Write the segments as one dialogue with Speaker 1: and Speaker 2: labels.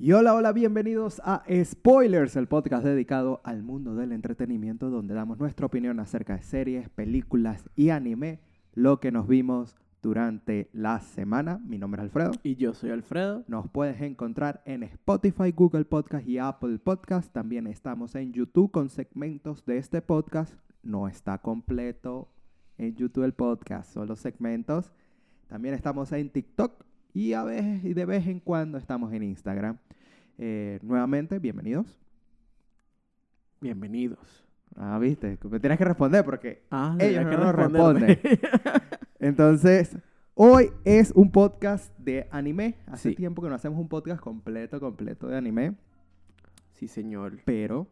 Speaker 1: Y hola, hola, bienvenidos a Spoilers, el podcast dedicado al mundo del entretenimiento donde damos nuestra opinión acerca de series, películas y anime, lo que nos vimos durante la semana. Mi nombre es Alfredo.
Speaker 2: Y yo soy Alfredo.
Speaker 1: Nos puedes encontrar en Spotify, Google Podcast y Apple Podcast. También estamos en YouTube con segmentos de este podcast. No está completo en YouTube el podcast, solo segmentos. También estamos en TikTok y a veces y de vez en cuando estamos en Instagram. Eh, nuevamente, bienvenidos.
Speaker 2: Bienvenidos.
Speaker 1: Ah, viste, me tienes que responder porque
Speaker 2: Ah,
Speaker 1: ellos
Speaker 2: tenía
Speaker 1: no nos
Speaker 2: responderme.
Speaker 1: Entonces, hoy es un podcast de anime. Hace
Speaker 2: Sí.
Speaker 1: tiempo que no hacemos un podcast completo, completo de anime,
Speaker 2: sí, señor.
Speaker 1: pero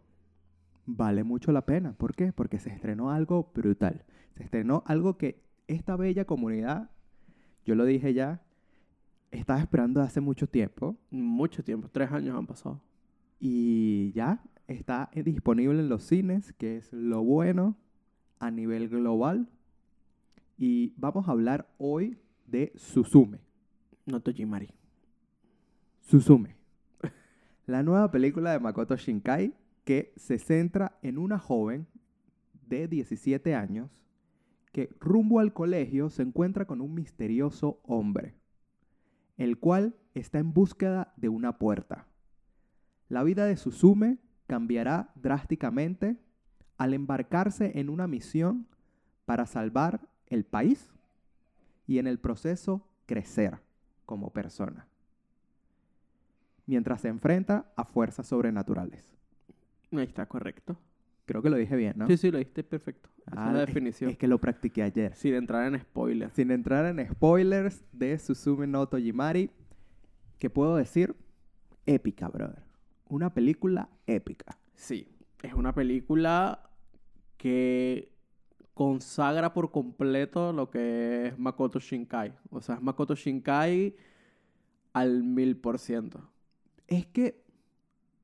Speaker 1: vale mucho la pena. ¿Por qué? Porque se estrenó algo brutal. Se estrenó algo que esta bella comunidad, yo lo dije ya, estaba esperando hace mucho tiempo
Speaker 2: Mucho tiempo, tres años han pasado.
Speaker 1: y ya está disponible en los cines, que es lo bueno a nivel global. Y vamos a hablar hoy de Suzume.
Speaker 2: No Mari.
Speaker 1: Suzume. La nueva película de Makoto Shinkai que se centra en una joven de 17 años que rumbo al colegio se encuentra con un misterioso hombre, el cual está en búsqueda de una puerta. La vida de Suzume cambiará drásticamente al embarcarse en una misión para salvar el país y en el proceso crecer como persona mientras se enfrenta a fuerzas sobrenaturales.
Speaker 2: Ahí está, correcto.
Speaker 1: Creo que lo dije bien, ¿no?
Speaker 2: Sí, sí, lo dijiste perfecto. Esa
Speaker 1: Ah,
Speaker 2: es la
Speaker 1: es-
Speaker 2: definición.
Speaker 1: Es que lo practiqué ayer.
Speaker 2: Sin entrar en spoilers.
Speaker 1: Sin entrar en spoilers de Suzume no Tojimari, que puedo decir épica, brother. Una película épica.
Speaker 2: Sí, es una película que consagra por completo lo que es Makoto Shinkai. O sea, es Makoto Shinkai al mil por ciento.
Speaker 1: Es que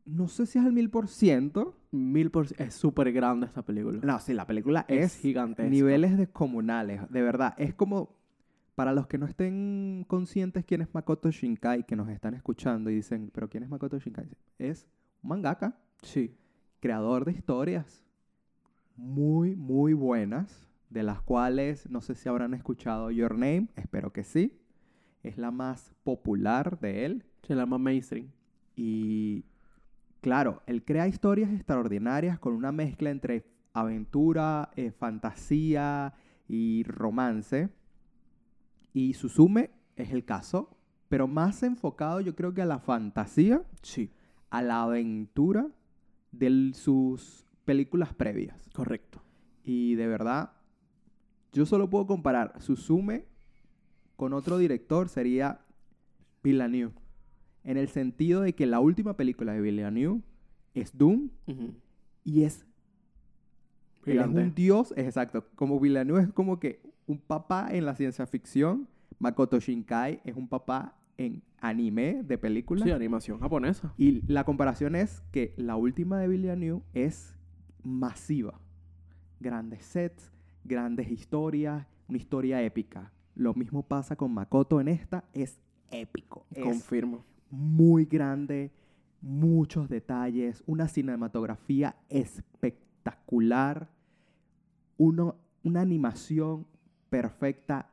Speaker 1: no sé si es al mil por ciento.
Speaker 2: Mil por ciento. Es súper grande esta película.
Speaker 1: No, sí, la película
Speaker 2: es
Speaker 1: es,
Speaker 2: gigantesca.
Speaker 1: niveles descomunales, de verdad. Es como, para los que no estén conscientes quién es Makoto Shinkai, que nos están escuchando y dicen, pero ¿quién es Makoto Shinkai? Es un mangaka.
Speaker 2: Sí.
Speaker 1: creador de historias muy, muy buenas, de las cuales no sé si habrán escuchado Your Name, espero que sí. Es la más popular de él.
Speaker 2: Se llama mainstream.
Speaker 1: Y claro, él crea historias extraordinarias con una mezcla entre aventura, eh, fantasía y romance. Y Suzume es el caso, pero más enfocado yo creo que a la fantasía
Speaker 2: Sí.
Speaker 1: a la aventura de sus películas previas.
Speaker 2: Correcto.
Speaker 1: Y de verdad, yo solo puedo comparar Suzume con otro director, sería Villeneuve. En el sentido de que la última película de Villeneuve es Doom y es, él es un dios, es exacto. Como Villeneuve es como que un papá en la ciencia ficción, Makoto Shinkai es un papá en anime de películas.
Speaker 2: Sí, animación japonesa.
Speaker 1: Y la comparación es que la última de Villeneuve es masiva. Grandes sets, grandes historias, una historia épica. Lo mismo pasa con Makoto en esta, es épico. Es
Speaker 2: Confirmo.
Speaker 1: muy grande, muchos detalles, una cinematografía espectacular, uno, una animación perfecta,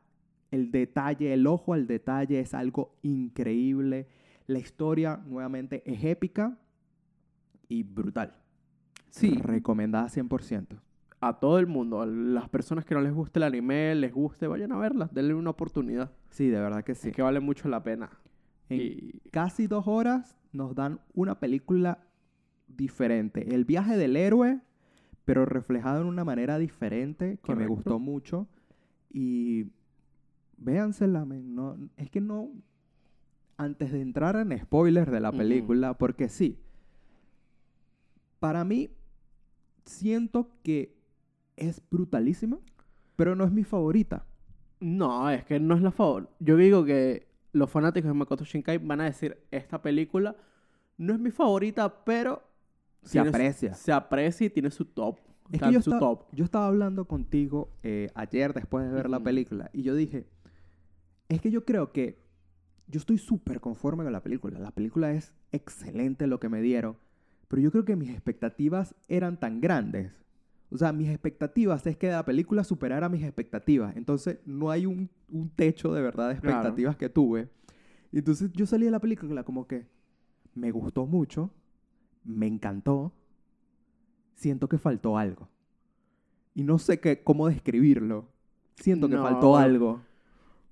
Speaker 1: el detalle, el ojo al detalle es algo increíble, la historia nuevamente es épica y brutal.
Speaker 2: Sí.
Speaker 1: Recomendada 100%.
Speaker 2: A todo el mundo, a las personas que no les guste el anime, les guste, vayan a verla, denle una oportunidad.
Speaker 1: Sí, de verdad que sí.
Speaker 2: Es que vale mucho la pena.
Speaker 1: En-
Speaker 2: Y
Speaker 1: casi dos horas nos dan una película diferente. El viaje del héroe, pero reflejado en una manera diferente, que me
Speaker 2: Correcto.
Speaker 1: gustó mucho. Y véansela, men, no, es que no... Antes de entrar en spoilers de la
Speaker 2: Ujú.
Speaker 1: película, porque sí, para mí siento que es brutalísima, pero no es mi favorita.
Speaker 2: no, es que no es la favor. Yo digo que los fanáticos de Makoto Shinkai van a decir, esta película no es mi favorita, pero...
Speaker 1: Se
Speaker 2: tiene su-
Speaker 1: aprecia.
Speaker 2: Se aprecia y tiene su top.
Speaker 1: Es
Speaker 2: Está
Speaker 1: que yo,
Speaker 2: en su
Speaker 1: esta-
Speaker 2: top.
Speaker 1: yo estaba hablando contigo eh, ayer después de ver la
Speaker 2: Ujú.
Speaker 1: película y yo dije, es que yo creo que yo estoy súper conforme con la película. La película es excelente lo que me dieron. Pero yo creo que mis expectativas eran tan grandes. O sea, mis expectativas es que la película superara mis expectativas. Entonces, no hay un, un techo de verdad de
Speaker 2: Claro.
Speaker 1: expectativas que tuve. Entonces, yo salí de la película como que me gustó mucho, me encantó, siento que faltó algo. Y no sé qué, cómo describirlo. Siento que
Speaker 2: No,
Speaker 1: faltó
Speaker 2: pero-
Speaker 1: algo.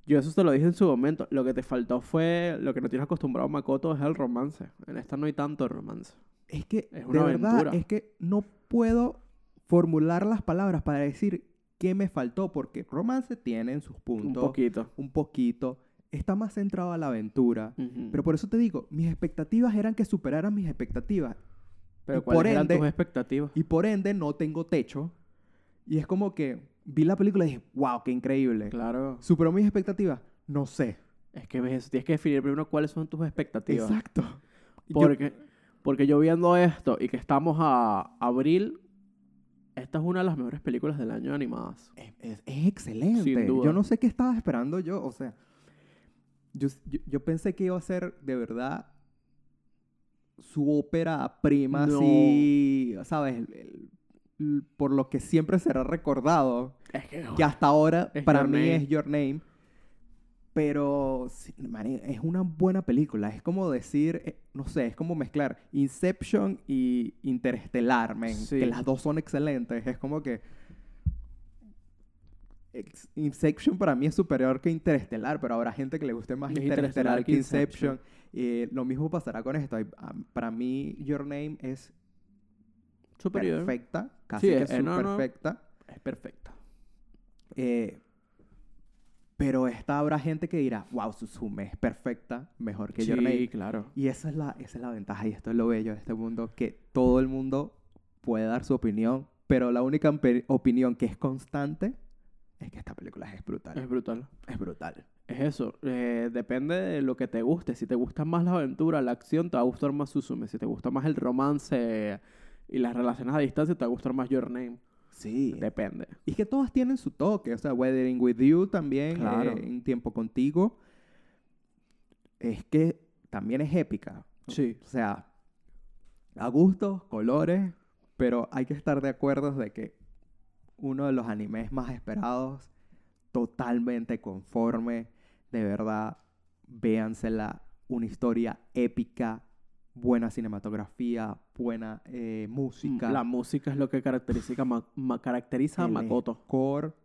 Speaker 2: Yo eso te lo dije en su momento. Lo que te faltó fue, lo que no tienes acostumbrado Makoto es el romance. En esta no hay tanto romance.
Speaker 1: Es que,
Speaker 2: Es
Speaker 1: de
Speaker 2: una
Speaker 1: verdad,
Speaker 2: aventura.
Speaker 1: es que no puedo formular las palabras para decir qué me faltó, porque romance tiene en sus puntos.
Speaker 2: Un poquito.
Speaker 1: un poquito. Está más centrado a la aventura.
Speaker 2: Ujú.
Speaker 1: Pero por eso te digo, mis expectativas eran que superaran mis expectativas.
Speaker 2: Pero
Speaker 1: y
Speaker 2: ¿cuáles
Speaker 1: por
Speaker 2: eran
Speaker 1: ende-
Speaker 2: tus expectativas?
Speaker 1: Y por ende, no tengo techo. Y es como que vi la película y dije, wow, qué increíble.
Speaker 2: Claro.
Speaker 1: ¿Superó mis expectativas? No sé.
Speaker 2: Es que ves eso. Tienes que definir primero cuáles son tus expectativas.
Speaker 1: Exacto. Yo-
Speaker 2: Porque, porque yo viendo esto y que estamos a abril, esta es una de las mejores películas del año animadas.
Speaker 1: es, es- es excelente.
Speaker 2: Sin duda.
Speaker 1: Yo no sé qué estaba esperando yo. O sea, yo, yo- yo pensé que iba a ser de verdad su ópera prima,
Speaker 2: No.
Speaker 1: así, ¿sabes? El- el- el- por lo que siempre será recordado.
Speaker 2: Es que,
Speaker 1: que hasta ahora
Speaker 2: Es
Speaker 1: para
Speaker 2: Your
Speaker 1: mí
Speaker 2: Name.
Speaker 1: es Your Name. Pero sí, mari- es una buena película. Es como decir, eh, no sé, es como mezclar Inception y Interestelar, men,
Speaker 2: Sí.
Speaker 1: Que las dos son excelentes. Es como que ex- Inception para mí es superior que Interestelar, pero habrá gente que le guste más
Speaker 2: Es
Speaker 1: Interestelar,
Speaker 2: Interestelar
Speaker 1: que
Speaker 2: que
Speaker 1: Inception.
Speaker 2: Inception.
Speaker 1: Eh, lo mismo pasará con esto. Hay- ah, Para mí, Your Name es
Speaker 2: superior.
Speaker 1: perfecta, casi
Speaker 2: Sí,
Speaker 1: que
Speaker 2: es- eh, no, no.
Speaker 1: perfecta.
Speaker 2: Es perfecta.
Speaker 1: Eh, pero esta habrá gente que dirá, wow, Suzume es perfecta, mejor que
Speaker 2: sí,
Speaker 1: Your Name".
Speaker 2: claro.
Speaker 1: Y esa es, la, esa es la ventaja y esto es lo bello de este mundo, que todo el mundo puede dar su opinión, pero la única empe- opinión que es constante es que esta película es
Speaker 2: Es
Speaker 1: brutal.
Speaker 2: brutal.
Speaker 1: Es brutal.
Speaker 2: Es eso. eh, depende de lo que te guste. Si te gusta más la aventura, la acción, te va a gustar más Suzume. Si te gusta más el romance y las relaciones a distancia, te va a gustar más Your Name.
Speaker 1: Sí.
Speaker 2: Depende.
Speaker 1: Y es que todas tienen su toque. O sea, Weathering with You también,
Speaker 2: Claro.
Speaker 1: eh, En Tiempo Contigo. Es que también es épica.
Speaker 2: Sí.
Speaker 1: O sea, a gustos, colores, pero hay que estar de acuerdo de que uno de los animes más esperados, totalmente conforme, de verdad, véansela, una historia épica, buena cinematografía, buena eh, música,
Speaker 2: Mm, La música es lo que caracteriza, a Ma- Ma- caracteriza a
Speaker 1: el
Speaker 2: Makoto.
Speaker 1: score,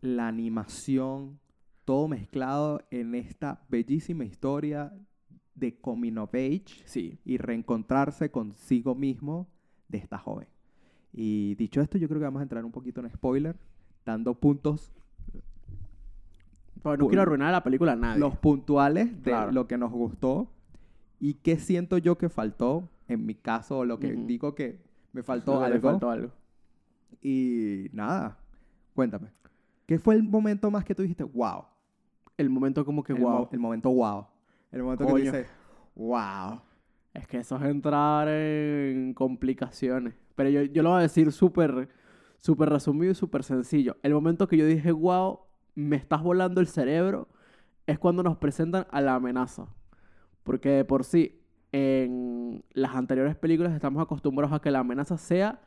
Speaker 1: la animación, todo mezclado en esta bellísima historia de coming of age
Speaker 2: Sí.
Speaker 1: y reencontrarse consigo mismo de esta joven. Y dicho esto, yo creo que vamos a entrar un poquito en spoiler, dando puntos,
Speaker 2: Pero no
Speaker 1: Por-
Speaker 2: quiero arruinar la película a nadie.
Speaker 1: los puntuales de
Speaker 2: Ah, Claro.
Speaker 1: lo que nos gustó y qué siento yo que faltó, en mi caso, o lo que
Speaker 2: Ujú.
Speaker 1: digo que me
Speaker 2: Lo
Speaker 1: faltó
Speaker 2: que le
Speaker 1: algo.
Speaker 2: faltó algo.
Speaker 1: Y nada, cuéntame. ¿Qué fue el momento más que tú dijiste, wow?
Speaker 2: El momento como que
Speaker 1: el,
Speaker 2: wow.
Speaker 1: mo- el momento wow. El momento que
Speaker 2: Coño.
Speaker 1: tú dices, wow.
Speaker 2: Es que eso es entrar en complicaciones. Pero yo, yo lo voy a decir súper súper resumido y súper sencillo. El momento que yo dije, wow, me estás volando el cerebro, es cuando nos presentan a la amenaza. Porque de por sí, en las anteriores películas estamos acostumbrados a que la amenaza sea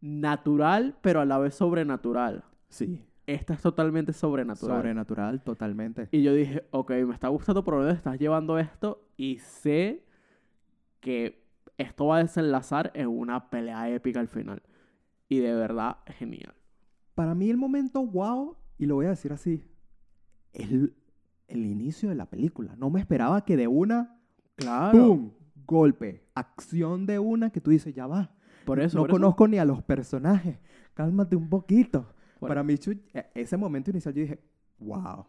Speaker 2: natural, pero a la vez sobrenatural.
Speaker 1: Sí.
Speaker 2: Esta es totalmente sobrenatural.
Speaker 1: Sobrenatural, totalmente.
Speaker 2: Y yo dije, ok, me está gustando por dónde estás llevando esto y sé que esto va a desenlazar en una pelea épica al final. Y de verdad, genial.
Speaker 1: Para mí el momento wow, y lo voy a decir así, es el, el inicio de la película. No me esperaba que de una,
Speaker 2: Claro.
Speaker 1: ¡pum! Golpe, acción de una que tú dices, ya va.
Speaker 2: Por eso.
Speaker 1: no
Speaker 2: por eso.
Speaker 1: conozco ni a los personajes. Cálmate un poquito.
Speaker 2: Por-
Speaker 1: Para mí, chu- e- ese momento inicial yo dije, wow,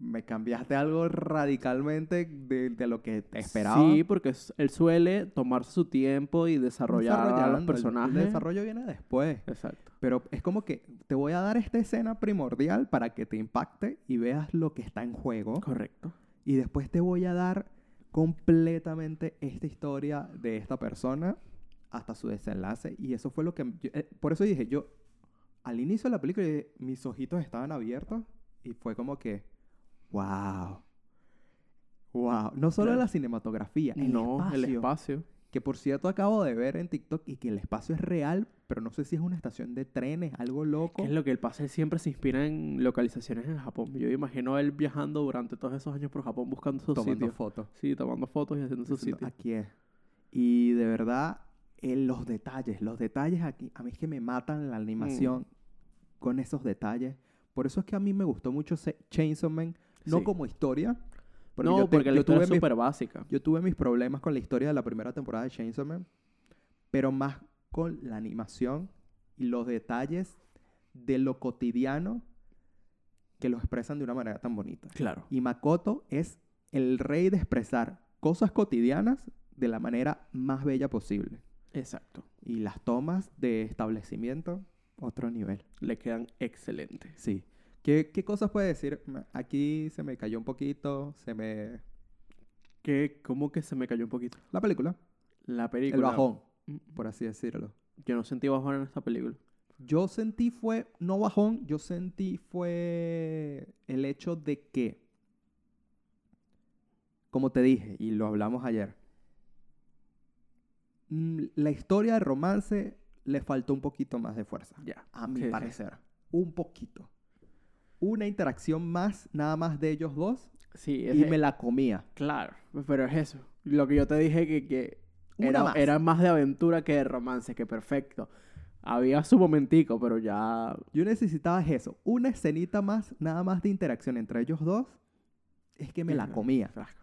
Speaker 1: me cambiaste algo radicalmente de, de lo que te esperaba.
Speaker 2: Sí, pues, porque s- él suele tomarse su tiempo y desarrollar a
Speaker 1: Desarrollando,
Speaker 2: los
Speaker 1: el-
Speaker 2: personajes.
Speaker 1: El desarrollo viene después.
Speaker 2: Exacto.
Speaker 1: Pero es como que te voy a dar esta escena primordial para que te impacte y veas lo que está en juego.
Speaker 2: Correcto.
Speaker 1: Y después te voy a dar completamente esta historia de esta persona hasta su desenlace. Y eso fue lo que... yo- eh, por eso dije, yo al inicio de la película eh, mis ojitos estaban abiertos y fue como que, wow. Wow. No solo
Speaker 2: Claro.
Speaker 1: la cinematografía, el
Speaker 2: no,
Speaker 1: espacio.
Speaker 2: el espacio.
Speaker 1: Que por cierto acabo de ver en TikTok y que el espacio es real, pero no sé si es una estación de trenes, algo loco.
Speaker 2: Que es lo que él pasa, él siempre se inspira en localizaciones en Japón. Yo imagino él viajando durante todos esos años por Japón buscando sus
Speaker 1: tomando
Speaker 2: sitios.
Speaker 1: fotos.
Speaker 2: Sí, tomando fotos y haciendo sus
Speaker 1: diciendo,
Speaker 2: sitios.
Speaker 1: Aquí es. Y de verdad, eh, los detalles, los detalles aquí, a mí es que me matan la animación
Speaker 2: Mm.
Speaker 1: con esos detalles. Por eso es que a mí me gustó mucho se- Chainsaw Man, no
Speaker 2: Sí.
Speaker 1: como historia.
Speaker 2: no,
Speaker 1: yo te-
Speaker 2: porque la
Speaker 1: yo
Speaker 2: historia
Speaker 1: tuve,
Speaker 2: es
Speaker 1: mis,
Speaker 2: súper básica.
Speaker 1: yo tuve mis problemas con la historia de la primera temporada de Chainsaw Man, pero más con la animación y los detalles de lo cotidiano que los expresan de una manera tan bonita.
Speaker 2: Claro.
Speaker 1: Y Makoto es el rey de expresar cosas cotidianas de la manera más bella posible.
Speaker 2: Exacto.
Speaker 1: Y las tomas de establecimiento, otro nivel.
Speaker 2: Le quedan excelentes.
Speaker 1: Sí. ¿Qué, qué cosas puede decir? Ma- Aquí se me cayó un poquito, se me...
Speaker 2: Que como que se me cayó un poquito.
Speaker 1: La película.
Speaker 2: La película.
Speaker 1: El bajón,
Speaker 2: Mm,
Speaker 1: por así decirlo.
Speaker 2: Yo no sentí bajón en esta película.
Speaker 1: Yo sentí fue, no bajón, yo sentí fue el hecho de que, como te dije y lo hablamos ayer, mm, la historia de romance le faltó un poquito más de fuerza,
Speaker 2: Ya.
Speaker 1: a mi
Speaker 2: Sí, sí.
Speaker 1: parecer. Un poquito. Una interacción más, nada más de ellos dos,
Speaker 2: Sí,
Speaker 1: y
Speaker 2: ese-
Speaker 1: me la comía.
Speaker 2: claro. Pero es eso. Lo que yo te dije que, que
Speaker 1: Una
Speaker 2: era,
Speaker 1: más.
Speaker 2: era más de aventura que de romance, que perfecto. Había su momentico, pero ya
Speaker 1: Yo necesitaba eso, una escenita más, nada más de interacción entre ellos dos, es que me la
Speaker 2: Ujú.
Speaker 1: comía.
Speaker 2: Frasco.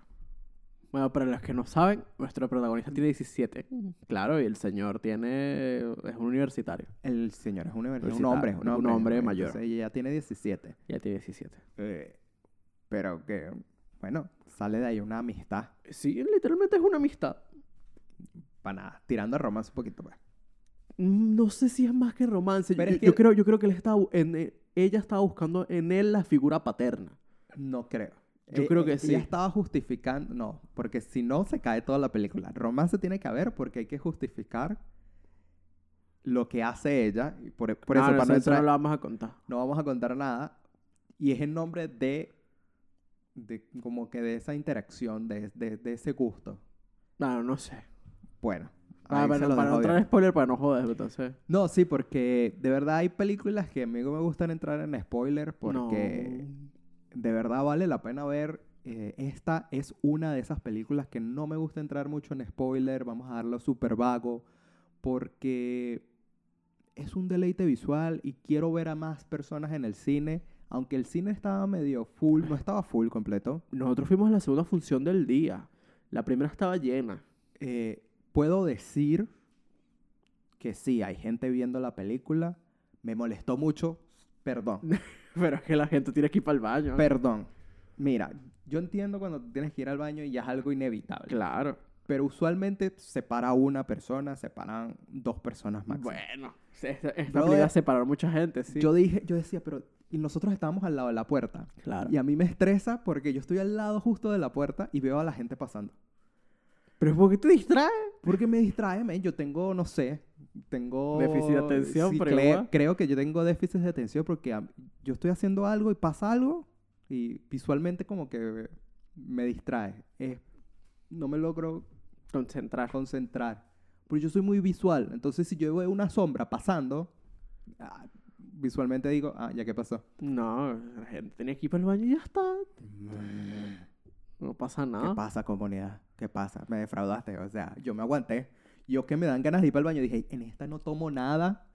Speaker 2: Bueno, para los que no saben, nuestro protagonista tiene 17. Claro, y el señor tiene es un universitario.
Speaker 1: El señor es un, es un
Speaker 2: Universitario,
Speaker 1: hombre, es
Speaker 2: un hombre mayor.
Speaker 1: Entonces ella ya tiene 17.
Speaker 2: Ya tiene 17.
Speaker 1: Eh, pero que, bueno, sale de ahí una amistad.
Speaker 2: Sí, literalmente es una amistad.
Speaker 1: Para nada, tirando a romance un poquito. pues.
Speaker 2: Mm, No sé si es más que romance.
Speaker 1: Pero
Speaker 2: yo,
Speaker 1: es que-
Speaker 2: yo creo, yo creo que él estaba bu- en él- ella estaba buscando en él la figura paterna.
Speaker 1: No creo. Eh,
Speaker 2: Yo creo que sí.
Speaker 1: Ella estaba justificando, no, porque si no se cae toda la película. Romance tiene que haber porque hay que justificar lo que hace ella. y Por, por eso,
Speaker 2: Ah, no,
Speaker 1: para no entrar-
Speaker 2: no lo vamos a contar.
Speaker 1: no vamos a contar nada. Y es en nombre de, de como que de esa interacción, de, de- de ese gusto.
Speaker 2: No, no sé.
Speaker 1: Bueno.
Speaker 2: Ah,
Speaker 1: ahí se
Speaker 2: para,
Speaker 1: los
Speaker 2: para
Speaker 1: dejo
Speaker 2: no traer
Speaker 1: abierto.
Speaker 2: spoiler, para no joder, entonces.
Speaker 1: No, sí, porque de verdad hay películas que a mí no me gustan entrar en spoiler porque
Speaker 2: No.
Speaker 1: de verdad vale la pena ver. Eh, esta es una de esas películas que no me gusta entrar mucho en spoiler, vamos a darlo súper vago, porque es un deleite visual y quiero ver a más personas en el cine, aunque el cine estaba medio full, no estaba full completo.
Speaker 2: Nosotros fuimos a la segunda función del día. La primera estaba llena.
Speaker 1: eh, puedo decir que sí, hay gente viendo la película. Me molestó mucho. Perdón.
Speaker 2: Pero es que la gente tiene que ir para el baño.
Speaker 1: perdón. Mira, yo entiendo cuando tienes que ir al baño y ya es algo inevitable.
Speaker 2: Claro.
Speaker 1: Pero usualmente se para una persona, se paran dos personas máximo.
Speaker 2: Bueno, se- se- esta
Speaker 1: Brother.
Speaker 2: película separó mucha gente, sí.
Speaker 1: Yo dije, yo decía, pero y nosotros estábamos al lado de la puerta.
Speaker 2: claro.
Speaker 1: Y a mí me estresa porque yo estoy al lado justo de la puerta y veo a la gente pasando.
Speaker 2: Pero ¿por qué te distraes?
Speaker 1: Porque me distrae, men. Yo tengo, no sé, tengo...
Speaker 2: Déficit de atención,
Speaker 1: Sí,
Speaker 2: pero
Speaker 1: cre-
Speaker 2: igual.
Speaker 1: creo que yo tengo déficit de atención porque a- yo estoy haciendo algo y pasa algo y visualmente como que me distrae. Es- no me logro
Speaker 2: Concentrar.
Speaker 1: concentrar. Porque yo soy muy visual. Entonces, si yo veo una sombra pasando, ah, visualmente digo, ah, ya qué pasó.
Speaker 2: No, la gente tiene que ir para el baño y ya está. No pasa
Speaker 1: ¿Qué
Speaker 2: nada.
Speaker 1: pasa, comunidad? ¿Qué pasa? Me defraudaste. O sea, yo me aguanté. Yo que me dan ganas de ir para el baño, dije, en esta no tomo nada,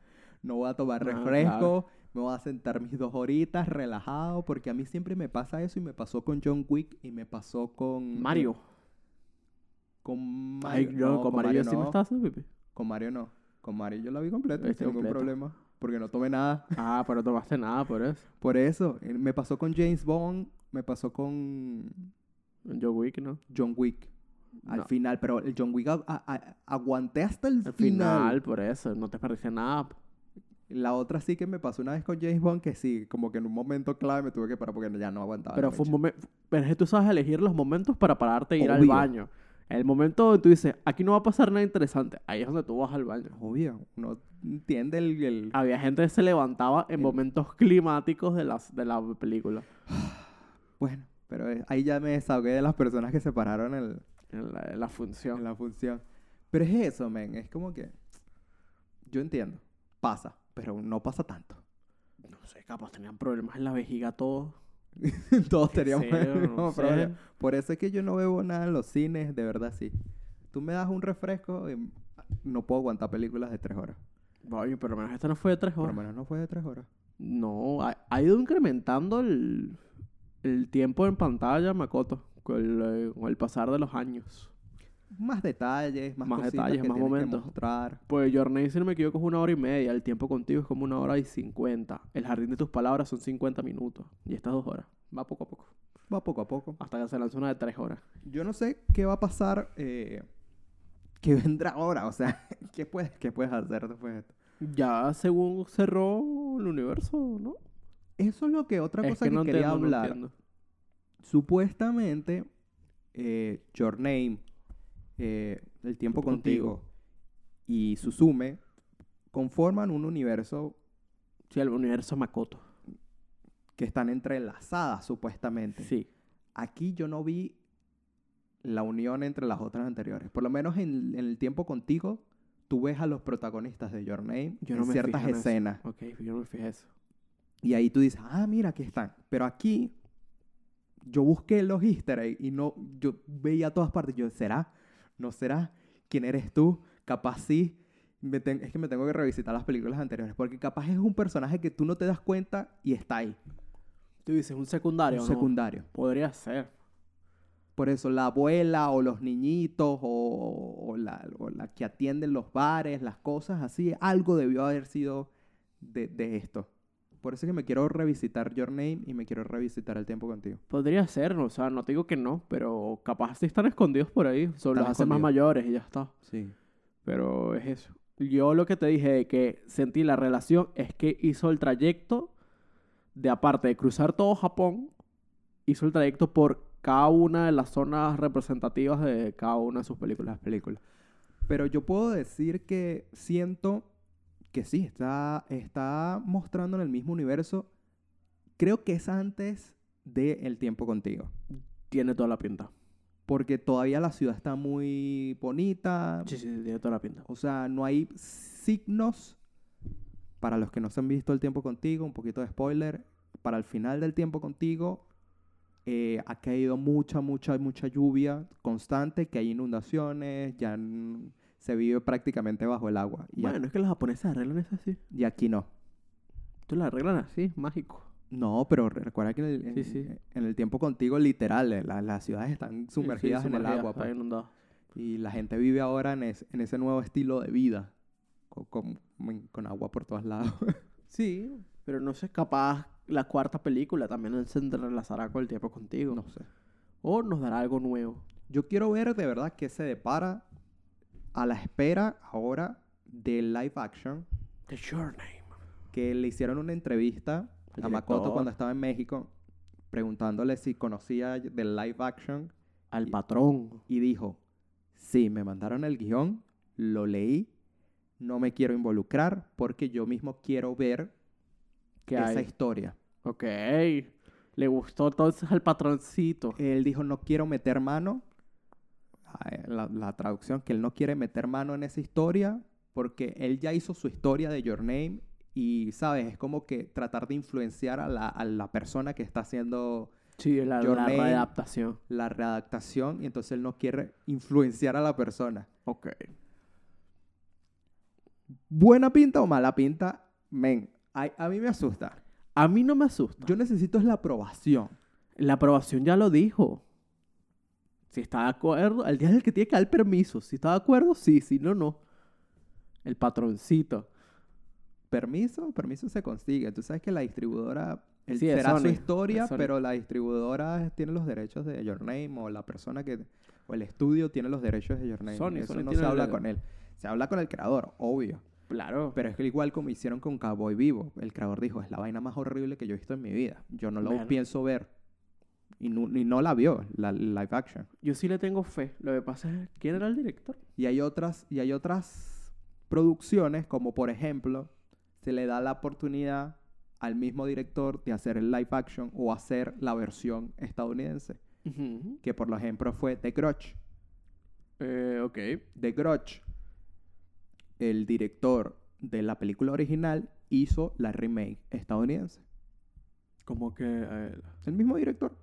Speaker 1: no voy a tomar
Speaker 2: No, Ah, claro.
Speaker 1: refresco, me voy a sentar mis dos horitas relajado, porque a mí siempre me pasa eso y me pasó con John Wick y me pasó con...
Speaker 2: Mario.
Speaker 1: Con
Speaker 2: Ay,
Speaker 1: Mario.
Speaker 2: yo
Speaker 1: no,
Speaker 2: con Mario, sí me
Speaker 1: no.
Speaker 2: estaba haciendo pipí.
Speaker 1: Con Mario no. Con Mario yo la vi completa,
Speaker 2: Viste
Speaker 1: sin ningún
Speaker 2: completa.
Speaker 1: problema, porque no tomé nada.
Speaker 2: Ah, pero no tomaste nada por eso.
Speaker 1: Por eso, eh, me pasó con James Bond, me pasó con...
Speaker 2: Yo Wick, ¿no?
Speaker 1: John Wick. Al
Speaker 2: No.
Speaker 1: final, pero el John Wick a- a- a- aguanté hasta el,
Speaker 2: Al final,
Speaker 1: final.
Speaker 2: por eso. No te perdiste nada.
Speaker 1: La otra sí que me pasó una vez con James Bond que sí, como que en un momento clave me tuve que parar porque ya no aguantaba.
Speaker 2: Pero
Speaker 1: la
Speaker 2: fue un
Speaker 1: mecha.
Speaker 2: momento. Pero es que tú sabes elegir los momentos para pararte e ir al
Speaker 1: Obvio.
Speaker 2: baño. El momento donde tú dices, aquí no va a pasar nada interesante. Ahí es donde tú vas al baño.
Speaker 1: Obvio, uno entiende el... el-
Speaker 2: Había gente que se levantaba en
Speaker 1: El-
Speaker 2: momentos climáticos de, las, de la película.
Speaker 1: Bueno, Pero eh, ahí ya me desahogué de las personas que se pararon el,
Speaker 2: En la, en la función.
Speaker 1: en la función. Pero es eso, men. Es como que. Yo entiendo. Pasa, pero no pasa tanto.
Speaker 2: No sé, capaz tenían problemas en la vejiga todos.
Speaker 1: Todos
Speaker 2: Qué
Speaker 1: teníamos
Speaker 2: sé,
Speaker 1: el
Speaker 2: no
Speaker 1: mismo
Speaker 2: sé.
Speaker 1: problema. Por eso es que yo no bebo nada en los cines, de verdad sí. Tú me das un refresco y no puedo aguantar películas de tres horas.
Speaker 2: Oye, por lo menos esta no fue de tres
Speaker 1: Por lo
Speaker 2: horas.
Speaker 1: menos no fue de tres horas.
Speaker 2: No, ha, ha ido incrementando el, el tiempo en pantalla, Makoto, con el, eh, con el pasar de los años.
Speaker 1: Más detalles, más,
Speaker 2: Más
Speaker 1: cositas
Speaker 2: detalles,
Speaker 1: que
Speaker 2: más
Speaker 1: tienes que
Speaker 2: momentos.
Speaker 1: mostrar.
Speaker 2: Pues Journey, si no me equivoco, es una hora y media. El tiempo contigo es como una hora y cincuenta. El jardín de tus palabras son 50 minutos. Y estas dos horas. Va poco a poco.
Speaker 1: Va poco a poco.
Speaker 2: Hasta que se lanza una de tres horas.
Speaker 1: Yo no sé qué va a pasar, eh, qué vendrá ahora. O sea, ¿qué puedes, qué puedes hacer después de esto?
Speaker 2: Ya según cerró el universo, ¿no?
Speaker 1: Eso es lo que otra
Speaker 2: Es
Speaker 1: cosa que,
Speaker 2: no
Speaker 1: quería
Speaker 2: entiendo, no
Speaker 1: hablar.
Speaker 2: entiendo.
Speaker 1: supuestamente eh, Your Name, eh, El Tiempo
Speaker 2: Contigo.
Speaker 1: Contigo, y Suzume conforman un universo
Speaker 2: Sí, el universo Makoto.
Speaker 1: que están entrelazadas supuestamente.
Speaker 2: Sí.
Speaker 1: Aquí yo no vi la unión entre las otras anteriores. Por lo menos en, en El Tiempo Contigo tú ves a los protagonistas de Your Name
Speaker 2: Yo
Speaker 1: en
Speaker 2: no me
Speaker 1: ciertas
Speaker 2: fijé en eso.
Speaker 1: escenas.
Speaker 2: Ok, yo no me fijé eso.
Speaker 1: Y ahí tú dices, ah, mira, aquí están. Pero aquí yo busqué los easter eggs y no, yo veía a todas partes. Yo, ¿será? ¿No será? ¿Quién eres tú? Capaz sí. Me ten- es que me tengo que revisitar las películas anteriores porque capaz es un personaje que tú no te das cuenta y está ahí,
Speaker 2: Tú dices un
Speaker 1: un
Speaker 2: secundario, ¿no?
Speaker 1: secundario.
Speaker 2: Podría ser.
Speaker 1: Por eso la abuela o los niñitos o, o la, o la que atienden los bares, las cosas así, algo debió haber sido de, de esto. Por eso es que me quiero revisitar Your Name y me quiero revisitar El Tiempo Contigo.
Speaker 2: Podría ser, o sea, no te digo que no, pero capaz sí están escondidos por ahí. Solo los
Speaker 1: Están
Speaker 2: hacen más
Speaker 1: escondidos.
Speaker 2: mayores y ya está.
Speaker 1: Sí.
Speaker 2: Pero es eso. Yo lo que te dije de que sentí la relación es que hizo el trayecto de aparte de cruzar todo Japón, hizo el trayecto por cada una de las zonas representativas de cada una de sus películas.
Speaker 1: Las películas. Pero yo puedo decir que siento que sí, está, está mostrando en el mismo universo. Creo que es antes de El Tiempo Contigo.
Speaker 2: Tiene toda la pinta.
Speaker 1: Porque todavía la ciudad está muy bonita.
Speaker 2: Sí, sí, tiene toda la pinta.
Speaker 1: O sea, no hay signos. Para los que no se han visto El Tiempo Contigo, un poquito de spoiler. Para el final del Tiempo Contigo, eh, ha caído mucha, mucha, mucha lluvia constante, que hay inundaciones, ya n- se vive prácticamente bajo el agua. Y, a-
Speaker 2: Bueno, es que los japoneses arreglan eso así.
Speaker 1: y aquí no.
Speaker 2: Tú lo arreglan así, mágico.
Speaker 1: No, pero re- recuerda que en el, en,
Speaker 2: Sí, sí.
Speaker 1: en el Tiempo Contigo, literal, eh, la- las ciudades están sumergidas en el agua. pues. Y la gente vive ahora en, es- en ese nuevo estilo de vida, co- con, con, agua por todos lados.
Speaker 2: Sí, pero no sé, capaz la cuarta película también se entrelazará con el tiempo contigo.
Speaker 1: no sé.
Speaker 2: O nos dará algo nuevo.
Speaker 1: Yo quiero ver de verdad qué se depara a la espera ahora del live action
Speaker 2: The Journey.
Speaker 1: que le hicieron una entrevista
Speaker 2: Al
Speaker 1: a Makoto
Speaker 2: director.
Speaker 1: cuando estaba en México preguntándole si conocía del live action
Speaker 2: Al
Speaker 1: Y-
Speaker 2: patrón.
Speaker 1: y dijo, sí, me mandaron el guión, lo leí, no me quiero involucrar porque yo mismo quiero ver
Speaker 2: Que
Speaker 1: esa
Speaker 2: hay.
Speaker 1: historia.
Speaker 2: Ok. Le gustó entonces al patroncito.
Speaker 1: Él dijo, no quiero meter mano, ah, la, la traducción, que él no quiere meter mano en esa historia porque él ya hizo su historia de Your Name y, ¿sabes? Es como que tratar de influenciar a la, a la persona que está haciendo
Speaker 2: Sí, la,
Speaker 1: Your
Speaker 2: la
Speaker 1: Name.
Speaker 2: readaptación.
Speaker 1: la readaptación y entonces él no quiere influenciar a la persona.
Speaker 2: Ok.
Speaker 1: ¿Buena pinta o mala pinta? Men, ay, a, mí me asusta.
Speaker 2: A mí no me asusta.
Speaker 1: Yo necesito es la aprobación.
Speaker 2: La aprobación ya lo dijo. Si está de acuerdo, el día es el que tiene que dar el permiso. Si está de acuerdo, sí, si no, no. El patroncito.
Speaker 1: Permiso, permiso se consigue. Tú sabes que la distribuidora él
Speaker 2: Sí, es
Speaker 1: será su
Speaker 2: Sony,
Speaker 1: historia,
Speaker 2: es Sony.
Speaker 1: pero la distribuidora tiene los derechos de Your Name o la persona que o el estudio tiene los derechos de Your Name.
Speaker 2: Sony,
Speaker 1: Eso
Speaker 2: Sony
Speaker 1: no
Speaker 2: tiene
Speaker 1: se
Speaker 2: el-
Speaker 1: habla con él. Se habla con el creador, obvio.
Speaker 2: Claro.
Speaker 1: Pero es que igual como hicieron con Cowboy Vivo, el creador dijo, es la vaina más horrible que yo he visto en mi vida. Yo no lo
Speaker 2: Bueno.
Speaker 1: pienso ver. Y no, y no la vio, la live action.
Speaker 2: Yo sí le tengo fe. Lo que pasa es, ¿quién era el director?
Speaker 1: Y hay otras, y hay otras producciones, como por ejemplo, se le da la oportunidad al mismo director de hacer el live action o hacer la versión estadounidense.
Speaker 2: Ujú.
Speaker 1: Que por ejemplo fue The Grudge.
Speaker 2: Eh, ok.
Speaker 1: The Grudge, el director de la película original, hizo la remake estadounidense.
Speaker 2: Como que... eh,
Speaker 1: El mismo director.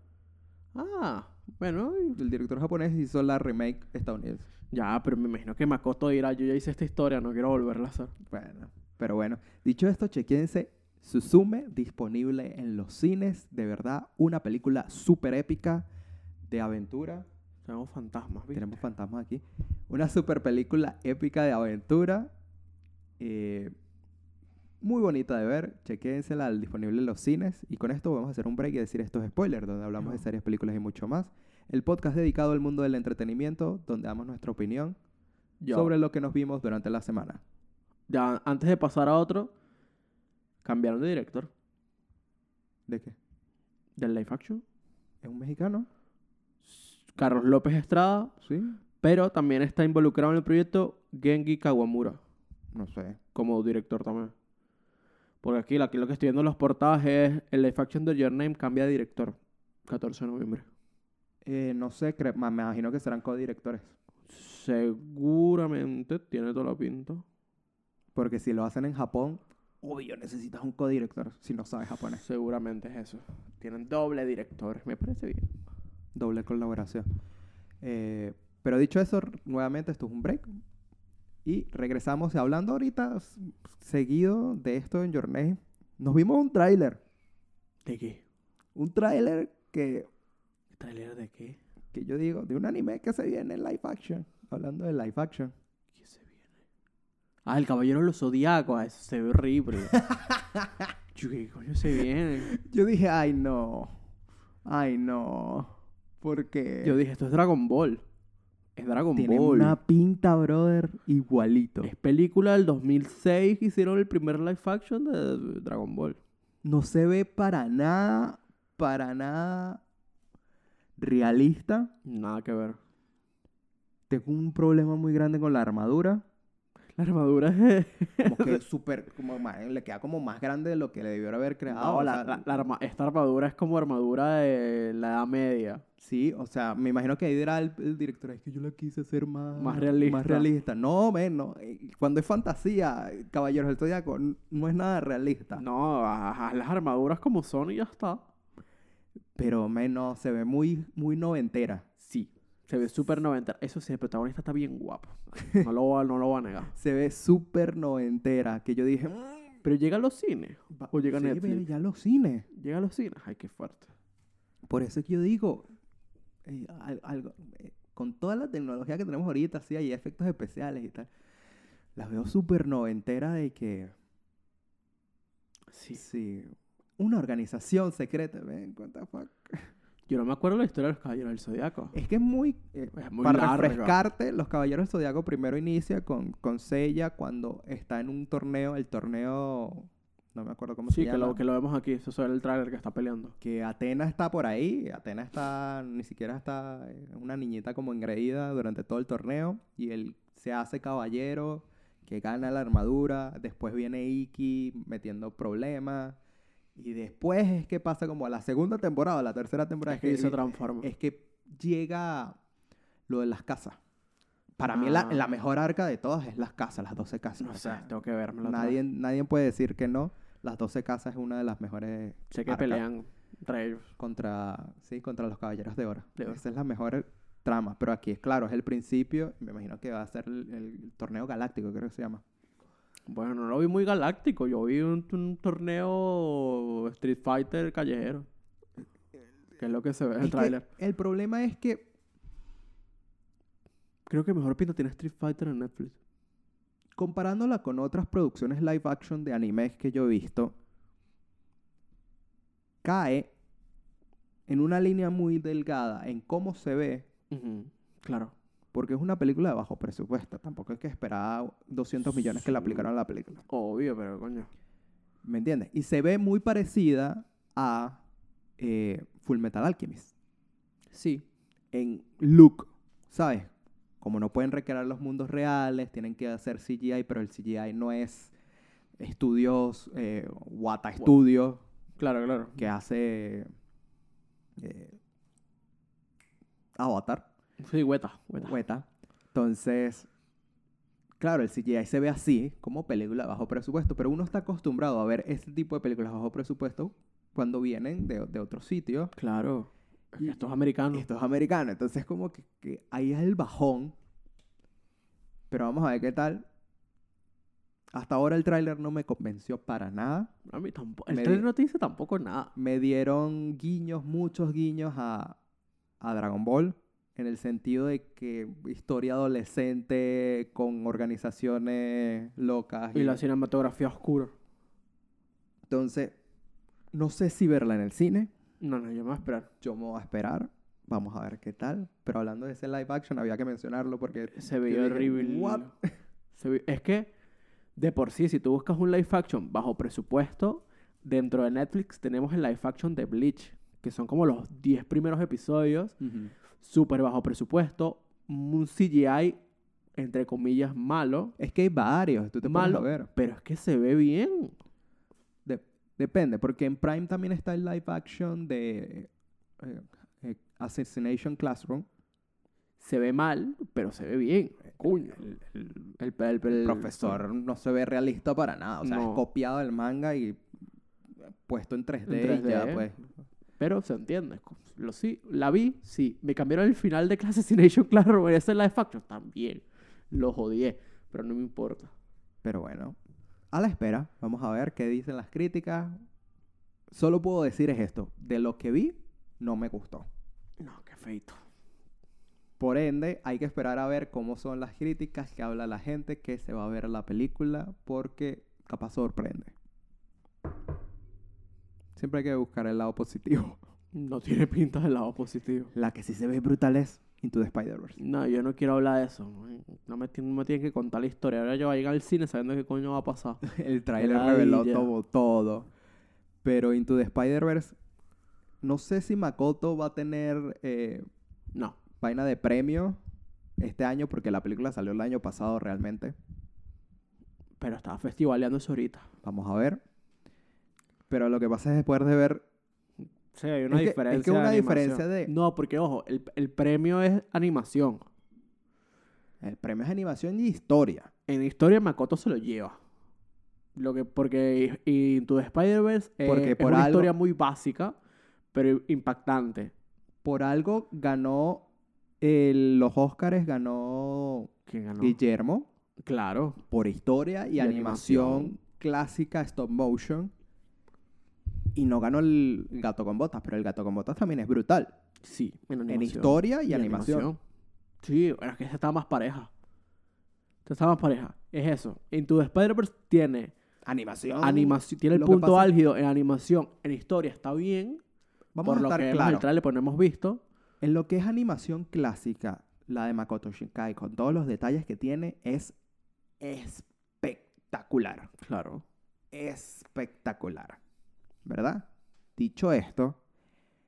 Speaker 2: Ah, bueno.
Speaker 1: El director japonés hizo la remake estadounidense.
Speaker 2: Ya, pero me imagino que Makoto dirá, yo ya hice esta historia, no quiero volverla a hacer.
Speaker 1: Bueno, pero bueno. Dicho esto, chequense Suzume, disponible en los cines. De verdad, una película súper épica de aventura.
Speaker 2: Tenemos fantasmas, ¿viste?
Speaker 1: Tenemos fantasmas aquí. Una super película épica de aventura. eh, muy bonita de ver. Chequénsela disponible en los cines. Y con esto vamos a hacer un break y decir estos spoilers, donde hablamos de
Speaker 2: Ujú.
Speaker 1: series, películas y mucho más. El podcast dedicado al mundo del entretenimiento, donde damos nuestra opinión
Speaker 2: Ya.
Speaker 1: sobre lo que nos vimos durante la semana.
Speaker 2: Ya, antes de pasar a otro, cambiaron de director.
Speaker 1: ¿De qué?
Speaker 2: Del live action.
Speaker 1: ¿Es un mexicano?
Speaker 2: Carlos López Estrada,
Speaker 1: Sí.
Speaker 2: pero también está involucrado en el proyecto Genki Kawamura.
Speaker 1: No sé.
Speaker 2: como director también. Porque aquí, aquí lo que estoy viendo en los portadas es el live action de Your Name cambia de director. 14 de noviembre.
Speaker 1: Eh, no sé, cre- ma- me imagino que serán codirectores.
Speaker 2: Seguramente tiene toda la pinta.
Speaker 1: Porque si lo hacen en Japón, obvio necesitas un codirector si no sabes japonés.
Speaker 2: Seguramente es eso. Tienen doble director. Me parece bien.
Speaker 1: Doble colaboración. Eh, pero dicho eso, r- nuevamente esto es un break. Y regresamos hablando ahorita, s- seguido de esto en Your Name. Nos vimos un tráiler.
Speaker 2: ¿De qué?
Speaker 1: Un tráiler que,
Speaker 2: ¿Trailer de qué?
Speaker 1: que yo digo, de un anime que se viene en live action. Hablando de live action.
Speaker 2: ¿Qué se viene? Ah, el caballero de los zodiacos. Ah, Eso se ve horrible. Yo, ¿Qué coño se viene?
Speaker 1: Yo dije, ay no. Ay no. Porque
Speaker 2: Yo dije, esto es Dragon Ball. Es Dragon
Speaker 1: tiene
Speaker 2: Ball.
Speaker 1: una pinta, brother, igualito.
Speaker 2: Es película del 2006 que hicieron el primer live action de Dragon Ball.
Speaker 1: no se ve para nada, para nada realista.
Speaker 2: Nada que ver.
Speaker 1: Tengo un problema muy grande con la armadura.
Speaker 2: La armadura es...
Speaker 1: Como que es súper, como más- le queda como más grande de lo que le debió haber creado.
Speaker 2: No,
Speaker 1: o
Speaker 2: la-
Speaker 1: sea,
Speaker 2: la- la arma- Esta armadura es como armadura de la Edad Media.
Speaker 1: Sí, o sea, me imagino que ahí dirá el, el director, es que yo la quise hacer más,
Speaker 2: Más realista".
Speaker 1: Más realista. No, men, no. Eh, Cuando es fantasía, Caballeros del Zodiaco, n- no es nada realista.
Speaker 2: No, haz las armaduras como son y ya está.
Speaker 1: Pero, men, no, se ve muy, muy noventera.
Speaker 2: Sí. Se ve súper noventa. Eso sí, el protagonista está bien guapo. No lo, va- no lo va a negar.
Speaker 1: Se ve súper noventera. Que yo dije, "Mm,
Speaker 2: Pero llega a los cines. O llega a
Speaker 1: sí,
Speaker 2: Netflix.
Speaker 1: pero ya los cines.
Speaker 2: Llega a los cines. Ay, qué fuerte.
Speaker 1: Por eso es que yo digo, eh, al- algo, eh, con toda la tecnología que tenemos ahorita, sí, hay efectos especiales y tal. Las veo súper noventera de que,
Speaker 2: Sí.
Speaker 1: sí, una organización secreta, ven, what the fuck.
Speaker 2: Yo no me acuerdo la historia de los caballeros del zodiaco.
Speaker 1: Es que es muy... eh,
Speaker 2: Es muy
Speaker 1: para
Speaker 2: larga.
Speaker 1: refrescarte, los Caballeros del Zodiaco primero inicia con, con Sella cuando está en un torneo, el torneo, no me acuerdo cómo
Speaker 2: Sí,
Speaker 1: se
Speaker 2: que
Speaker 1: llama.
Speaker 2: lo, que lo vemos aquí. Eso es el tráiler que está peleando.
Speaker 1: que Atena está por ahí, Atena está, ni siquiera está eh, una niñita como engreída durante todo el torneo y él se hace caballero, que gana la armadura, después viene Iki metiendo problemas y después es que pasa como a la segunda temporada, a la tercera temporada
Speaker 2: Es que se transforma.
Speaker 1: es que llega lo de las casas. Para mí la,
Speaker 2: Ah.
Speaker 1: la mejor arca de todas es las casas, las 12 casas.
Speaker 2: No
Speaker 1: o
Speaker 2: sé,
Speaker 1: sea,
Speaker 2: tengo que verme
Speaker 1: nadie, nadie puede decir que no. Las 12 casas es una de las mejores
Speaker 2: Sé que
Speaker 1: arcas.
Speaker 2: pelean entre ellos.
Speaker 1: contra sí contra los caballeros de oro.
Speaker 2: De oro.
Speaker 1: Esa es la mejor trama, pero aquí es claro, es el principio, me imagino que va a ser el, el torneo galáctico, creo que se llama.
Speaker 2: Bueno, no lo vi muy galáctico. Yo vi un, un torneo Street Fighter callejero. Que es lo que se ve en
Speaker 1: Es
Speaker 2: el
Speaker 1: que
Speaker 2: tráiler.
Speaker 1: el problema es que
Speaker 2: Creo que mejor pinta tiene Street Fighter en Netflix.
Speaker 1: comparándola con otras producciones live action de animes que yo he visto, cae en una línea muy delgada en cómo se ve,
Speaker 2: Claro.
Speaker 1: porque es una película de bajo presupuesto, tampoco es que esperaba 200 millones que le
Speaker 2: Sí.
Speaker 1: aplicaron a la película.
Speaker 2: Obvio, pero coño.
Speaker 1: ¿Me entiendes? Y se ve muy parecida a eh, Full Metal Alchemist
Speaker 2: Sí.
Speaker 1: en look, ¿sabes? Como no pueden recrear los mundos reales, tienen que hacer CGI, pero el CGI no es estudios, eh, Wata Studios,
Speaker 2: Claro, claro.
Speaker 1: que hace eh, Avatar,
Speaker 2: Sí, hueta, hueta.
Speaker 1: Weta. Entonces, claro, el CGI se ve así, como película de bajo presupuesto, pero uno está acostumbrado a ver este tipo de películas bajo presupuesto cuando vienen de, de otros sitios.
Speaker 2: Claro.
Speaker 1: Y-
Speaker 2: Estos americanos.
Speaker 1: Esto es americano, entonces como que, que ahí es el bajón. Pero vamos a ver qué tal. Hasta ahora el tráiler no me convenció para nada.
Speaker 2: A mí tampoco. El
Speaker 1: Me
Speaker 2: trailer
Speaker 1: di-
Speaker 2: no te dice tampoco nada.
Speaker 1: me dieron guiños, muchos guiños a, a Dragon Ball, en el sentido de que historia adolescente con organizaciones locas.
Speaker 2: Y la cinematografía oscura.
Speaker 1: Entonces, no sé si verla en el cine,
Speaker 2: No, no, yo me voy a esperar.
Speaker 1: yo me voy a esperar, vamos a ver qué tal. Pero hablando de ese live action, había que mencionarlo porque...
Speaker 2: Se
Speaker 1: yo
Speaker 2: veía
Speaker 1: dije,
Speaker 2: horrible.
Speaker 1: "What?".
Speaker 2: Se ve- Es que, de por sí, si tú buscas un live action bajo presupuesto, dentro de Netflix tenemos el live action de Bleach, que son como los 10 primeros episodios, súper bajo presupuesto, un CGI, entre comillas, malo,
Speaker 1: Es que hay varios, tú te pones
Speaker 2: Malo.
Speaker 1: a ver.
Speaker 2: pero es que se ve bien.
Speaker 1: De- depende, porque en Prime también está el live action de eh, eh, Assassination Classroom.
Speaker 2: Se ve mal, pero se ve bien. Coño.
Speaker 1: El- el-
Speaker 2: El, el- el-
Speaker 1: el profesor no se ve realista para nada. O sea,
Speaker 2: No.
Speaker 1: es copiado del manga y puesto en 3D,
Speaker 2: En
Speaker 1: y ya,
Speaker 2: 3D.
Speaker 1: pues.
Speaker 2: Pero se entiende. Lo sí, la vi, sí. Me cambiaron el final de Classassination claro, ese live action también. Lo jodié, pero no me importa.
Speaker 1: Pero bueno, a la espera. Vamos a ver qué dicen las críticas. Solo puedo decir es esto. De lo que vi, no me gustó.
Speaker 2: No, qué feito.
Speaker 1: Por ende, hay que esperar a ver cómo son las críticas que habla la gente que se va a ver la película porque capaz sorprende. Siempre hay que buscar el lado positivo.
Speaker 2: No tiene pinta del lado positivo.
Speaker 1: La que sí se ve brutal es Into the Spider-Verse.
Speaker 2: No, yo no quiero hablar de eso. man. No me, ti- no me tienen que contar la historia. Ahora yo voy a llegar al cine sabiendo qué coño va a pasar.
Speaker 1: El trailer
Speaker 2: ladilla.
Speaker 1: reveló todo, todo. Pero Into the Spider-Verse, no sé si Makoto va a tener eh,
Speaker 2: No.
Speaker 1: vaina de premio este año, porque la película salió el año pasado realmente.
Speaker 2: Pero estaba festivaleando eso ahorita.
Speaker 1: Vamos a ver. Pero lo que pasa es después de ver
Speaker 2: Sí, hay
Speaker 1: una Es que- es que diferencia de una animación. diferencia de-
Speaker 2: No, porque ojo, el, el premio es animación.
Speaker 1: el premio es animación y historia.
Speaker 2: En historia Makoto se lo lleva. Lo que, porque y- Into the Spider-Verse eh,
Speaker 1: Porque
Speaker 2: es
Speaker 1: por
Speaker 2: una
Speaker 1: algo-
Speaker 2: historia muy básica, pero impactante.
Speaker 1: Por algo ganó el- los Óscares, ganó
Speaker 2: ¿Quién ganó?
Speaker 1: Guillermo
Speaker 2: Claro.
Speaker 1: por historia y,
Speaker 2: Y
Speaker 1: animación,
Speaker 2: animación.
Speaker 1: clásica, stop motion. Y no ganó el gato con botas, pero el gato con botas también es brutal.
Speaker 2: Sí, en
Speaker 1: En
Speaker 2: animación.
Speaker 1: historia y, animación.
Speaker 2: Sí, pero es que esta está más pareja. Esta está más pareja. Es eso. Into the Spider-Verse tiene
Speaker 1: Animación.
Speaker 2: animación, tiene el
Speaker 1: Ah, lo que
Speaker 2: punto
Speaker 1: pasa-
Speaker 2: álgido en animación, en historia está bien,
Speaker 1: Vamos
Speaker 2: por
Speaker 1: a
Speaker 2: lo
Speaker 1: estar
Speaker 2: que vemos el
Speaker 1: claros.
Speaker 2: trailer, pues no hemos visto.
Speaker 1: En lo que es animación clásica, la de Makoto Shinkai, con todos los detalles que tiene, es espectacular.
Speaker 2: Claro.
Speaker 1: espectacular. ¿Verdad? Dicho esto,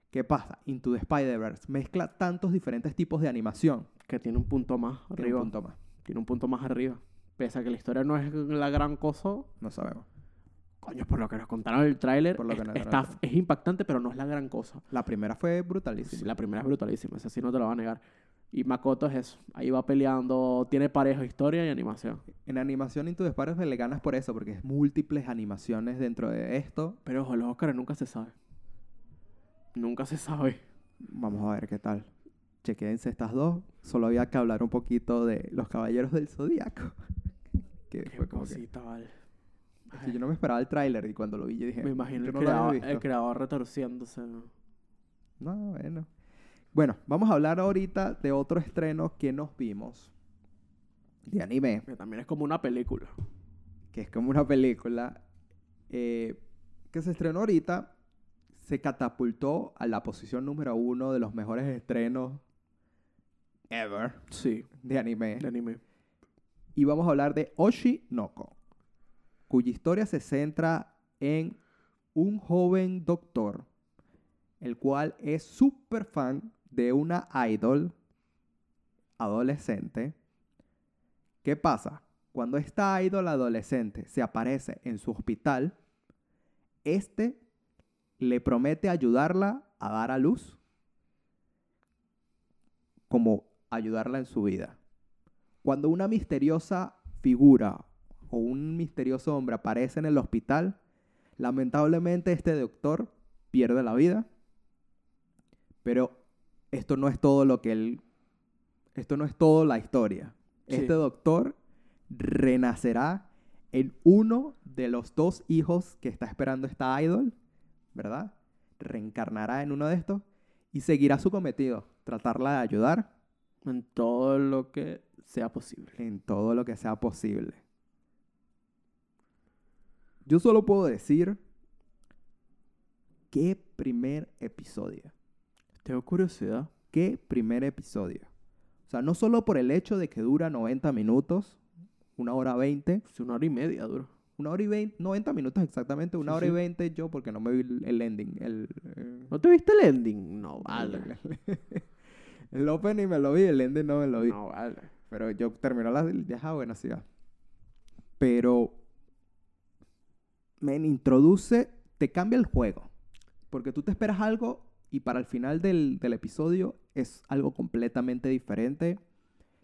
Speaker 1: ¿qué pasa? Into the Spider-Verse mezcla tantos diferentes tipos de animación.
Speaker 2: Que tiene un punto más
Speaker 1: Tiene
Speaker 2: arriba.
Speaker 1: un punto más.
Speaker 2: Tiene un punto más arriba. Pese a que la historia no es la gran cosa,
Speaker 1: No sabemos.
Speaker 2: Coño, por lo que nos contaron en el tráiler,
Speaker 1: Por lo que
Speaker 2: es,
Speaker 1: nos contaron
Speaker 2: está-
Speaker 1: en el
Speaker 2: es impactante, pero no es la gran cosa.
Speaker 1: La primera fue brutalísima.
Speaker 2: La primera es brutalísima, esa sí no te la va a negar. Y Makoto es eso, ahí va peleando, tiene pareja, historia y animación.
Speaker 1: En animación Into the Spider-Verse le ganas por eso, porque es múltiples animaciones dentro de esto.
Speaker 2: Pero ojo, los Oscars nunca se sabe. Nunca se sabe.
Speaker 1: Vamos a ver qué tal. Chequense estas dos. Solo había que hablar un poquito de Los Caballeros del Zodíaco. que
Speaker 2: Qué
Speaker 1: fue como que,
Speaker 2: cosita, vale.
Speaker 1: es que yo no me esperaba el tráiler y cuando lo vi yo dije,
Speaker 2: Me imagino
Speaker 1: yo
Speaker 2: el,
Speaker 1: no lo había
Speaker 2: creador,
Speaker 1: visto.
Speaker 2: el creador retorciéndose. ¿no?
Speaker 1: No, bueno. Bueno, vamos a hablar ahorita de otro estreno que nos vimos de anime,
Speaker 2: Que también es como una película.
Speaker 1: que es como una película eh, que se estrenó ahorita. Se catapultó a la posición número uno de los mejores estrenos ever
Speaker 2: Sí,
Speaker 1: de anime.
Speaker 2: de anime.
Speaker 1: Y vamos a hablar de Oshi Noko, cuya historia se centra en un joven doctor, el cual es súper fan de una idol adolescente. ¿Qué pasa? Cuando esta ídol adolescente se aparece en su hospital, este le promete ayudarla a dar a luz, como ayudarla en su vida. Cuando una misteriosa figura o un misterioso hombre aparece en el hospital, lamentablemente este doctor pierde la vida. Pero esto no es todo lo que él. Esto no es todo la historia.
Speaker 2: Sí.
Speaker 1: Este doctor renacerá en uno de los dos hijos que está esperando esta idol, ¿verdad? Reencarnará en uno de estos y seguirá su cometido, tratarla de ayudar
Speaker 2: En todo lo que sea posible.
Speaker 1: en todo lo que sea posible. Yo solo puedo decir qué primer episodio.
Speaker 2: Tengo curiosidad.
Speaker 1: Qué primer episodio. O sea, no solo por el hecho de que dura 90 minutos, una hora 20,
Speaker 2: Es una hora y media duro.
Speaker 1: una hora y 20, 90 minutos exactamente, una
Speaker 2: Sí,
Speaker 1: hora y
Speaker 2: sí.
Speaker 1: 20 yo porque no me vi el el ending, el, eh,
Speaker 2: ¿No te viste el ending? No vale.
Speaker 1: el opening me lo vi, el ending no me lo vi.
Speaker 2: No vale.
Speaker 1: Pero yo terminó la viaja buena ciudad. Pero me introduce, te cambia el juego. Porque tú te esperas algo y para el final del, del episodio es algo completamente diferente.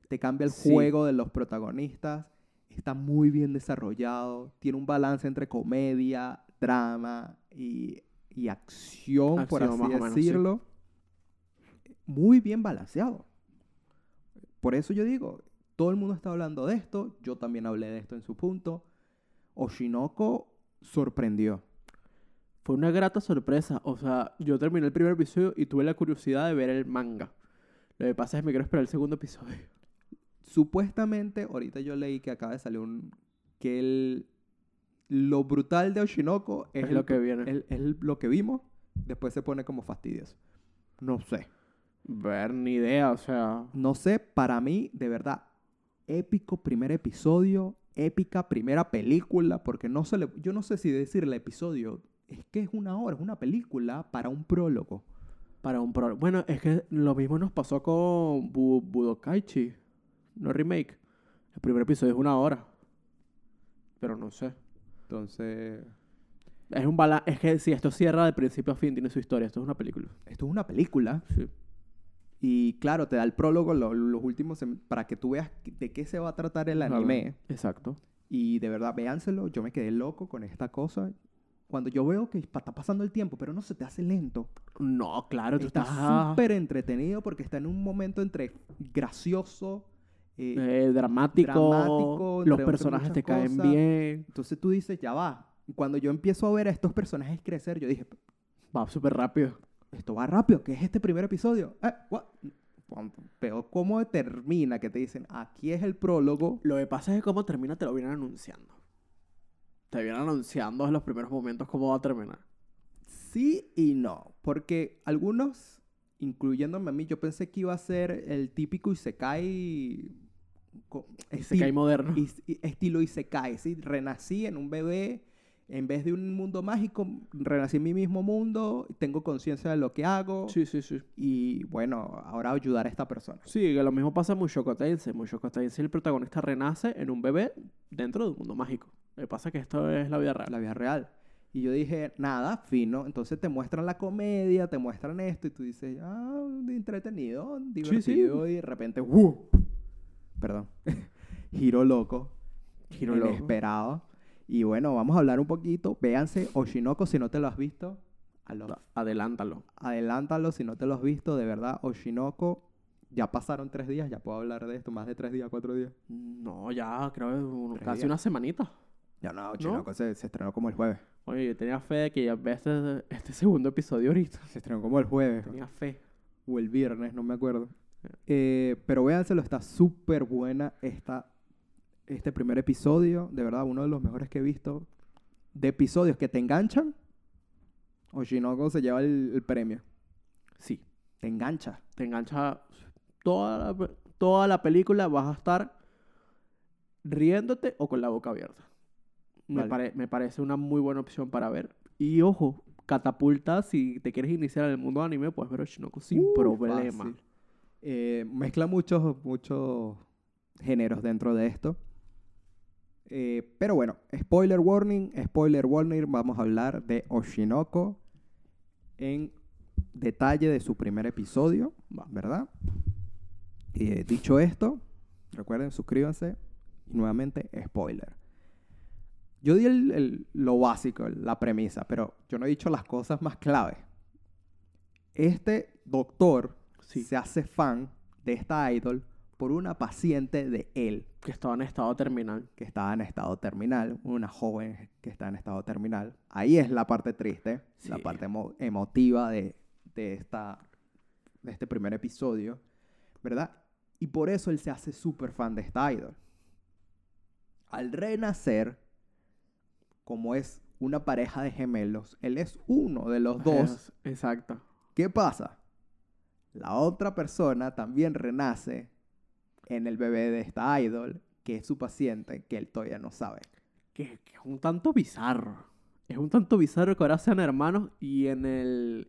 Speaker 1: Te cambia el
Speaker 2: Sí.
Speaker 1: juego de los protagonistas. Está muy bien desarrollado. Tiene un balance entre comedia, drama y, y acción, por así
Speaker 2: Acción, más o menos, sí.
Speaker 1: decirlo. Muy bien balanceado. Por eso yo digo, todo el mundo está hablando de esto, yo también hablé de esto en su punto. Oshinoko sorprendió.
Speaker 2: Fue una grata sorpresa. O sea, yo terminé el primer episodio y tuve la curiosidad de ver el manga. Lo que pasa es que me quiero esperar el segundo episodio.
Speaker 1: Supuestamente, ahorita yo leí que acaba de salir un... que el... lo brutal de Oshinoko es,
Speaker 2: Es
Speaker 1: el-
Speaker 2: lo que viene.
Speaker 1: el- es el- lo que vimos, después se pone como fastidioso. No sé.
Speaker 2: Ver, ni idea, o sea.
Speaker 1: No sé, para mí, de verdad, épico primer episodio, épica primera película, porque no se le, yo no sé si decirle episodio, es que es una hora, es una película para un prólogo.
Speaker 2: Para un pro. Bueno, es que lo mismo nos pasó con Bu- Budokaichi. No remake. El primer episodio es una hora. Pero no sé.
Speaker 1: Entonces,
Speaker 2: Es un bala. Es que si esto cierra de principio a fin, tiene su historia. Esto es una película.
Speaker 1: esto es una película
Speaker 2: Sí.
Speaker 1: y claro, te da el prólogo, lo- los últimos, sem- para que tú veas de qué se va a tratar el
Speaker 2: Claro.
Speaker 1: anime.
Speaker 2: Exacto.
Speaker 1: Y de verdad, véanselo, yo me quedé loco con esta cosa. Cuando yo veo que pa- está pasando el tiempo, pero no se te hace lento.
Speaker 2: No, claro, tú
Speaker 1: está
Speaker 2: estás.
Speaker 1: súper entretenido porque está en un momento entre gracioso. eh,
Speaker 2: eh, dramático.
Speaker 1: dramático, entre
Speaker 2: los
Speaker 1: otras
Speaker 2: personajes te
Speaker 1: muchas
Speaker 2: caen
Speaker 1: cosas.
Speaker 2: bien.
Speaker 1: Entonces tú dices, ya va. Y Cuando yo empiezo a ver a estos personajes crecer, yo dije,
Speaker 2: Va súper rápido.
Speaker 1: esto va rápido, ¿qué es este primer episodio? Eh, what? Cuando veo cómo termina, que te dicen, aquí es el prólogo.
Speaker 2: Lo que pasa es que cómo termina te lo vienen anunciando. Te vienen anunciando en los primeros momentos cómo va a terminar.
Speaker 1: Sí y no, porque algunos, incluyéndome a mí, yo pensé que iba a ser el típico Isekai... co-
Speaker 2: Y se cae
Speaker 1: estilo-
Speaker 2: moderno.
Speaker 1: is- i- estilo Isekai, ¿sí? Renací en un bebé, en vez de un mundo mágico, renací en mi mismo mundo, tengo conciencia de lo que hago
Speaker 2: Sí, sí, sí.
Speaker 1: y bueno, ahora ayudar a esta persona.
Speaker 2: Sí, que lo mismo pasa en Mushoku Tensei. En Mushoku Tensei el protagonista renace en un bebé dentro de un mundo mágico. Lo que pasa es que esto es la vida real.
Speaker 1: la vida real. Y yo dije, nada, fino. Entonces te muestran la comedia, te muestran esto, y tú dices, ah, entretenido, divertido, y de repente, ¡wow! Perdón. Giro loco.
Speaker 2: Giro loco.
Speaker 1: Inesperado. Y bueno, vamos a hablar un poquito. Véanse Oshinoko si no te lo has visto. A los-
Speaker 2: Adelántalo.
Speaker 1: Adelántalo si no te lo has visto. De verdad, Oshinoko. Ya pasaron tres días, ya puedo hablar de esto. Más de tres días, cuatro días.
Speaker 2: No, ya, creo que un-
Speaker 1: Tres
Speaker 2: casi
Speaker 1: días.
Speaker 2: una semanita.
Speaker 1: Ya no, Oshinoko se, se estrenó como el jueves.
Speaker 2: Oye, yo tenía fe de que ya ve este, este segundo episodio ahorita.
Speaker 1: Se estrenó como el jueves.
Speaker 2: Tenía fe.
Speaker 1: o el viernes, no me acuerdo. Eh, pero véanselo, está súper buena esta, este primer episodio. De verdad, uno de los mejores que he visto. De episodios que te enganchan, Oshinoko se lleva el, el premio.
Speaker 2: Sí,
Speaker 1: Te engancha.
Speaker 2: te engancha toda la, pe- toda la película. Vas a estar riéndote o con la boca abierta. Me,
Speaker 1: Vale.
Speaker 2: pare- me parece una muy buena opción para ver. Y ojo, catapulta, si te quieres iniciar en el mundo anime, puedes ver Oshinoko sin
Speaker 1: Uh,
Speaker 2: problema.
Speaker 1: fácil. Eh, mezcla muchos, muchos géneros dentro de esto. Eh, pero bueno, spoiler warning, spoiler warning, vamos a hablar de Oshinoko en detalle de su primer episodio, ¿verdad? Eh, dicho esto, recuerden, suscríbanse y nuevamente, spoiler. Yo di el- el- lo básico, el- la premisa, pero yo no he dicho las cosas más claves. Este doctor
Speaker 2: Sí.
Speaker 1: se hace fan de esta idol por una paciente de él
Speaker 2: Que estaba en estado terminal.
Speaker 1: que estaba en estado terminal, una joven que está en estado terminal. Ahí es la parte triste, la
Speaker 2: Sí.
Speaker 1: parte emo- emotiva de, de esta, de este primer episodio, ¿verdad? Y por eso él se hace súper fan de esta idol. Al renacer, como es una pareja de gemelos, él es uno de los dos.
Speaker 2: Es- exacto.
Speaker 1: ¿Qué pasa? La otra persona también renace en el bebé de esta idol, que es su paciente, que él todavía no sabe.
Speaker 2: Que, que es un tanto bizarro. Es un tanto bizarro que ahora sean hermanos y en el.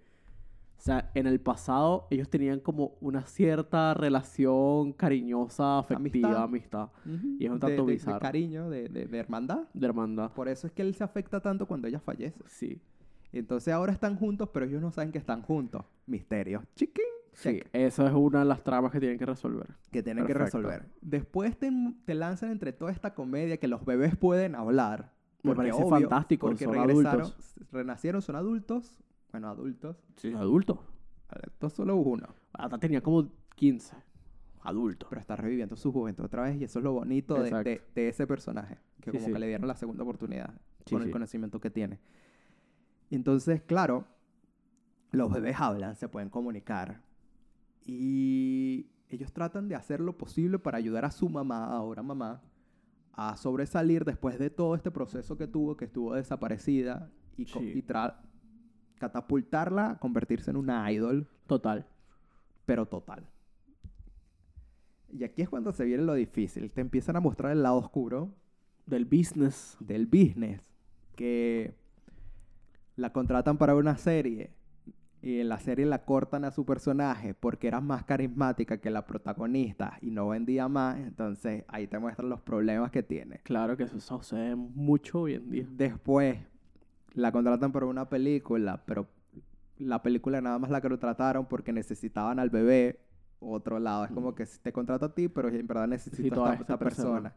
Speaker 2: O sea, en el pasado ellos tenían como una cierta relación cariñosa, afectiva, amistad, Y es un
Speaker 1: De-
Speaker 2: tanto
Speaker 1: de, de
Speaker 2: bizarro.
Speaker 1: cariño, de, de- de hermandad.
Speaker 2: de hermandad.
Speaker 1: Por eso es que él se afecta tanto cuando ella fallece.
Speaker 2: Sí.
Speaker 1: Entonces ahora están juntos, pero ellos no saben que están juntos. Misterio. Chiquín.
Speaker 2: Sí,
Speaker 1: Check.
Speaker 2: esa es una de las tramas que tienen que resolver.
Speaker 1: Que tienen
Speaker 2: Perfecto.
Speaker 1: que resolver. Después te, te lanzan entre toda esta comedia que los bebés pueden hablar.
Speaker 2: Me
Speaker 1: Porque,
Speaker 2: parece
Speaker 1: obvio,
Speaker 2: fantástico,
Speaker 1: Porque
Speaker 2: son
Speaker 1: regresaron,
Speaker 2: adultos.
Speaker 1: renacieron, son adultos. Bueno, adultos.
Speaker 2: Sí, adultos.
Speaker 1: Adultos solo uno.
Speaker 2: Hasta tenía como 15. Adultos.
Speaker 1: Pero está reviviendo su juventud otra vez y eso es lo bonito de,
Speaker 2: Exacto.
Speaker 1: de- de ese personaje. Que
Speaker 2: Sí,
Speaker 1: como
Speaker 2: sí.
Speaker 1: que le dieron la segunda oportunidad
Speaker 2: Sí,
Speaker 1: con el
Speaker 2: sí.
Speaker 1: conocimiento que tiene. Entonces, claro, los bebés hablan, se pueden comunicar. Y ellos tratan de hacer lo posible para ayudar a su mamá, ahora mamá, a sobresalir después de todo este proceso que tuvo, que estuvo desaparecida y, co-
Speaker 2: Sí.
Speaker 1: y tra- catapultarla a convertirse en una idol
Speaker 2: Total.
Speaker 1: pero total. Y aquí es cuando se viene lo difícil. Te empiezan a mostrar el lado oscuro
Speaker 2: Del business.
Speaker 1: del business. Que la contratan para una serie. Y en la serie la cortan a su personaje porque era más carismática que la protagonista y no vendía más. Entonces ahí te muestran los problemas que tiene.
Speaker 2: Claro que eso sucede mucho hoy en día.
Speaker 1: Después la contratan para una película, pero la película nada más la contrataron porque necesitaban al bebé. Otro lado, es como que si te contrato a ti, pero en verdad necesito
Speaker 2: Necesito
Speaker 1: a
Speaker 2: a
Speaker 1: esta,
Speaker 2: esta
Speaker 1: esta persona.
Speaker 2: persona.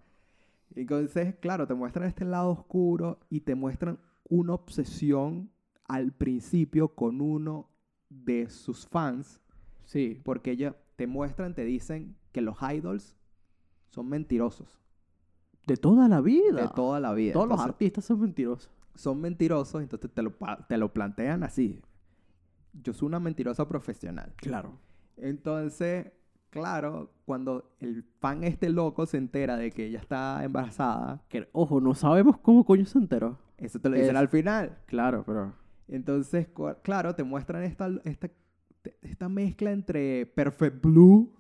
Speaker 1: Entonces, claro, te muestran este lado oscuro y te muestran una obsesión al principio con uno de sus fans,
Speaker 2: Sí.
Speaker 1: porque ellos te muestran, te dicen que los idols son mentirosos
Speaker 2: De toda la vida.
Speaker 1: de toda la vida.
Speaker 2: Todos los
Speaker 1: Entonces,
Speaker 2: artistas son mentirosos.
Speaker 1: son mentirosos, entonces te lo, pa- te lo plantean así. Yo soy una mentirosa profesional.
Speaker 2: Claro.
Speaker 1: Entonces, claro, cuando el fan este loco se entera de que ella está embarazada,
Speaker 2: Que, ojo, no sabemos cómo coño se enteró.
Speaker 1: eso te lo dicen
Speaker 2: Es-
Speaker 1: al final.
Speaker 2: Claro, pero...
Speaker 1: Entonces, cu- claro, te muestran esta, esta, te- esta mezcla entre Perfect Blue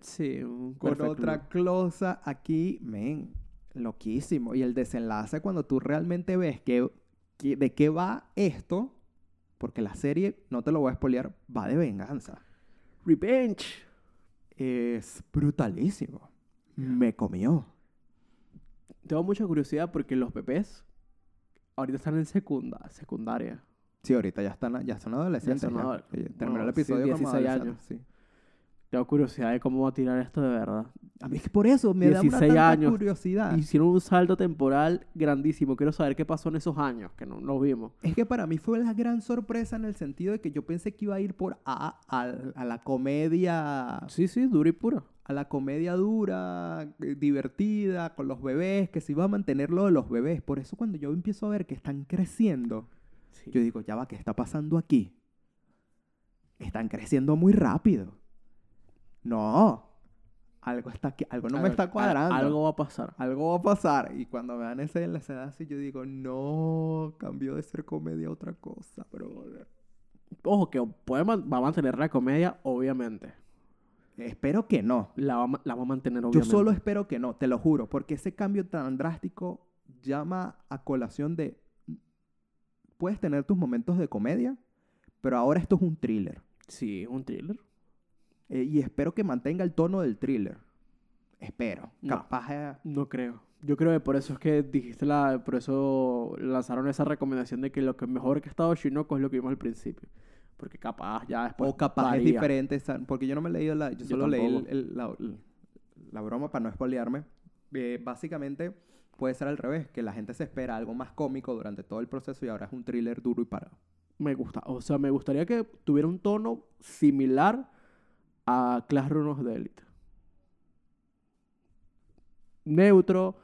Speaker 2: Sí, un
Speaker 1: con
Speaker 2: perfect
Speaker 1: otra cosa aquí, men, loquísimo. Y el desenlace cuando tú realmente ves que, que- de qué va esto, porque la serie, no te lo voy a spoilear, va de venganza.
Speaker 2: look. Revenge.
Speaker 1: Es brutalísimo. Me comió.
Speaker 2: Tengo mucha curiosidad porque los bebés ahorita están en secunda, secundaria.
Speaker 1: Sí, ahorita ya están, ya son adolescentes.
Speaker 2: Ya son
Speaker 1: ya.
Speaker 2: adol-
Speaker 1: Eh, Terminó
Speaker 2: bueno,
Speaker 1: el
Speaker 2: sí,
Speaker 1: episodio como
Speaker 2: 16 años.
Speaker 1: adolescentes, sí.
Speaker 2: Tengo curiosidad de cómo va a tirar esto de verdad.
Speaker 1: A mí es que por eso me da una
Speaker 2: 16
Speaker 1: tanta
Speaker 2: años.
Speaker 1: curiosidad.
Speaker 2: Hicieron un salto temporal grandísimo. Quiero saber qué pasó en esos años que no nos vimos.
Speaker 1: Es que para mí fue la gran sorpresa en el sentido de que yo pensé que iba a ir por a, a- a la comedia
Speaker 2: Sí, sí, duro y puro.
Speaker 1: a la comedia dura, eh, divertida, con los bebés, que se iba a mantener lo de los bebés. Por eso cuando yo empiezo a ver que están creciendo,
Speaker 2: Sí.
Speaker 1: yo digo, ya va, ¿qué está pasando aquí? Están creciendo muy rápido. No, algo está aquí, algo Pues no me
Speaker 2: Algo-
Speaker 1: está cuadrando.
Speaker 2: al- Algo va a pasar.
Speaker 1: Algo va a pasar. Y cuando me dan ese enlace, yo digo, no, cambió de ser comedia a otra cosa, brother.
Speaker 2: Ojo, que puede man- va a mantener la comedia, obviamente.
Speaker 1: Espero que no.
Speaker 2: La va, a ma- la va a mantener,
Speaker 1: Yo
Speaker 2: obviamente.
Speaker 1: solo espero que no, te lo juro, porque ese cambio tan drástico llama a colación de... mm, Puedes tener tus momentos de comedia, pero ahora esto es un thriller.
Speaker 2: Sí, es un thriller.
Speaker 1: Eh, y espero que mantenga el tono del thriller. Espero.
Speaker 2: No.
Speaker 1: Capaz... eh,
Speaker 2: No creo. Yo creo que por eso es que dijiste la... Por eso lanzaron esa recomendación de que lo que mejor que ha estado Shinoko es lo que vimos al principio. Porque capaz ya después
Speaker 1: o capaz
Speaker 2: Pues, varía.
Speaker 1: es diferente, esa- porque yo no me he leído la... Yo
Speaker 2: Yo
Speaker 1: solo leí el-
Speaker 2: tampoco.
Speaker 1: el- la, la broma para no espolearme. Eh, básicamente puede ser al revés, que la gente se espera algo más cómico durante todo el proceso y ahora es un thriller duro y parado.
Speaker 2: Me gusta. O sea, me gustaría que tuviera un tono similar a Classroom of the Elite. Neutro,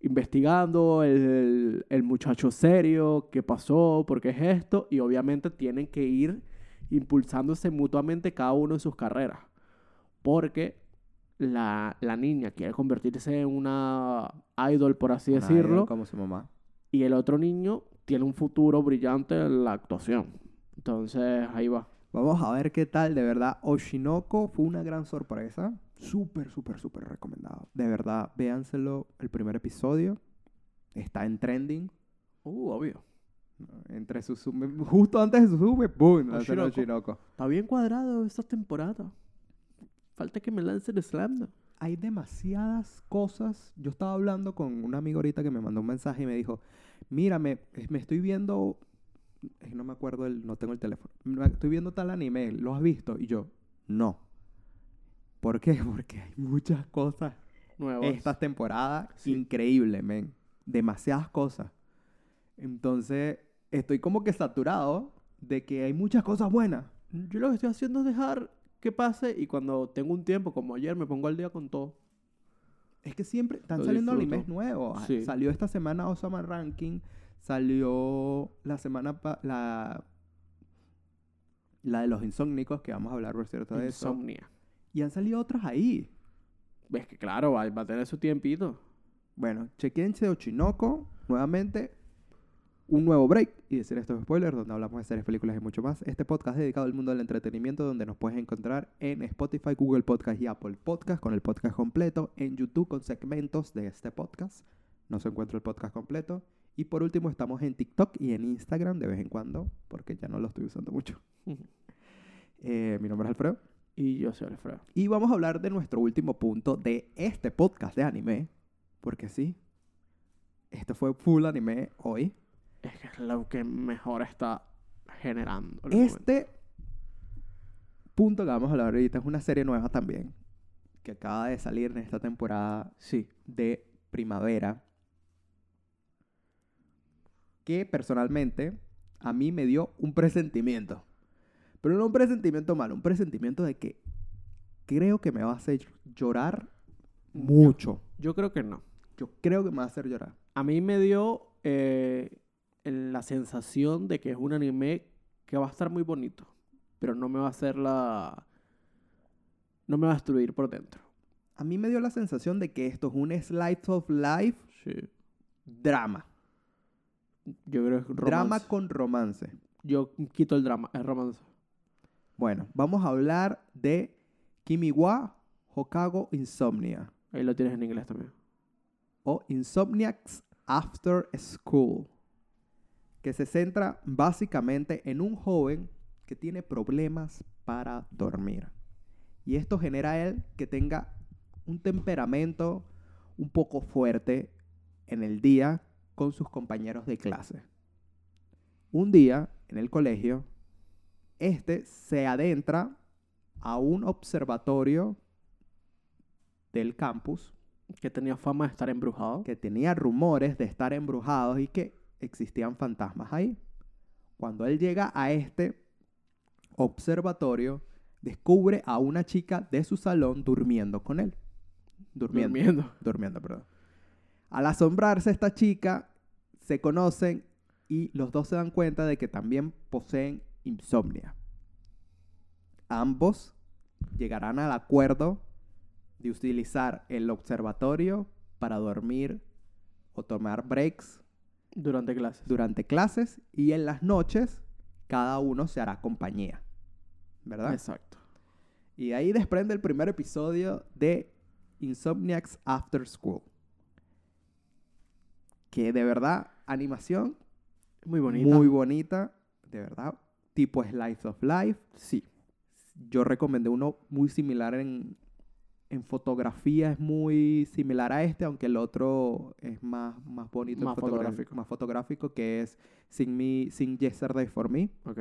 Speaker 2: investigando, el, el- el muchacho serio, qué pasó, por qué es esto, y obviamente tienen que ir impulsándose mutuamente cada uno en sus carreras. Porque la, la niña quiere convertirse en una idol, por así
Speaker 1: Nadie
Speaker 2: decirlo
Speaker 1: Como su mamá.
Speaker 2: y el otro niño tiene un futuro brillante en la actuación. Entonces, ahí va.
Speaker 1: Vamos a ver qué tal, de verdad. Oshinoko fue una gran sorpresa. Súper, súper, súper recomendado. De verdad, véanselo el primer episodio. Está en trending.
Speaker 2: Uh, obvio.
Speaker 1: Entre Suzume, justo antes de Suzume, ¡boom! lanzaron
Speaker 2: Oshinoko.
Speaker 1: Oshinoko.
Speaker 2: Está bien cuadrado esta temporada. Falta que me lance el slam. dunk.
Speaker 1: hay demasiadas cosas. Yo estaba hablando con un amigo ahorita que me mandó un mensaje y me dijo, mira, me, me estoy viendo, eh, no me acuerdo, el, no tengo el teléfono, Me estoy viendo tal anime, ¿lo has visto? Y yo, no. ¿Por qué? Porque hay muchas cosas
Speaker 2: Nuevas.
Speaker 1: esta temporada
Speaker 2: Sí.
Speaker 1: increíble, men. Demasiadas cosas. Entonces, estoy como que saturado de que hay muchas cosas buenas.
Speaker 2: Yo lo que estoy haciendo es dejar que pase y cuando tengo un tiempo, como ayer, me pongo al día con todo.
Speaker 1: Es que siempre están
Speaker 2: Lo
Speaker 1: saliendo
Speaker 2: disfruto.
Speaker 1: animes nuevos. Ah,
Speaker 2: Sí.
Speaker 1: Salió esta semana Osama Ranking, salió la semana pa- la la de los insómnicos que vamos a hablar por cierto de eso.
Speaker 2: Insomnia.
Speaker 1: Y han salido otras ahí.
Speaker 2: Ves que claro, va, va a tener su tiempito.
Speaker 1: Bueno, chequense Ochinoco nuevamente un nuevo break y decir estos spoilers donde hablamos de series, películas y mucho más. Este podcast es dedicado al mundo del entretenimiento donde nos puedes encontrar en Spotify, Google Podcast y Apple Podcast con el podcast completo, en YouTube con segmentos de este podcast. No se encuentra el podcast completo. Y por último estamos en TikTok y en Instagram de vez en cuando porque ya no lo estoy usando mucho.
Speaker 2: Ujú.
Speaker 1: Eh, mi nombre es Alfredo.
Speaker 2: Y yo soy Alfredo.
Speaker 1: Y vamos a hablar de nuestro último punto de este podcast de anime. Porque sí, esto fue full anime hoy.
Speaker 2: Es que es lo que mejor está generando. el momento.
Speaker 1: Este punto que vamos a hablar ahorita es una serie nueva también. Que acaba de salir en esta temporada
Speaker 2: Sí.
Speaker 1: de primavera. Que personalmente a mí me dio un presentimiento. Pero no un presentimiento malo, un presentimiento de que creo que me va a hacer llorar mucho.
Speaker 2: Yo creo que no.
Speaker 1: Yo creo que me va a hacer llorar.
Speaker 2: A mí me dio eh, el- la sensación de que es un anime que va a estar muy bonito, pero no me va a hacer la... No me va a destruir por dentro.
Speaker 1: A mí me dio la sensación de que esto es un slice of life
Speaker 2: Sí.
Speaker 1: drama.
Speaker 2: Yo creo que es
Speaker 1: Drama
Speaker 2: romance.
Speaker 1: con romance.
Speaker 2: Yo quito el drama, es romance.
Speaker 1: Bueno, vamos a hablar de Kimiwa Hokago Insomnia
Speaker 2: Ahí lo tienes en inglés también.
Speaker 1: o Insomniacs After School, que se centra básicamente en un joven que tiene problemas para dormir. Y esto genera a él que tenga un temperamento un poco fuerte en el día con sus compañeros de clase. Un día, en el colegio, este se adentra a un observatorio del campus
Speaker 2: Que tenía fama de estar embrujado.
Speaker 1: que tenía rumores de estar embrujados y que existían fantasmas ahí. Cuando él llega a este observatorio, descubre a una chica de su salón durmiendo con él. Durmiendo.
Speaker 2: Durmiendo.
Speaker 1: Durmiendo, perdón. Al asombrarse esta chica, se conocen y los dos se dan cuenta de que también poseen insomnia. Ambos llegarán al acuerdo de utilizar el observatorio para dormir o tomar breaks
Speaker 2: Durante clases.
Speaker 1: durante clases y en las noches cada uno se hará compañía. ¿Verdad?
Speaker 2: Exacto.
Speaker 1: Y ahí desprende el primer episodio de Insomniacs After School. Que de verdad, animación
Speaker 2: Muy bonito.
Speaker 1: muy bonita, de verdad, tipo Slice of Life.
Speaker 2: Sí.
Speaker 1: Yo recomendé uno muy similar en, en fotografía es muy similar a este, aunque el otro es más, más bonito, en
Speaker 2: Más
Speaker 1: fotogra-
Speaker 2: fotográfico.
Speaker 1: más fotográfico, que es Sin, Me- Sin Yesterday for Me.
Speaker 2: Ok.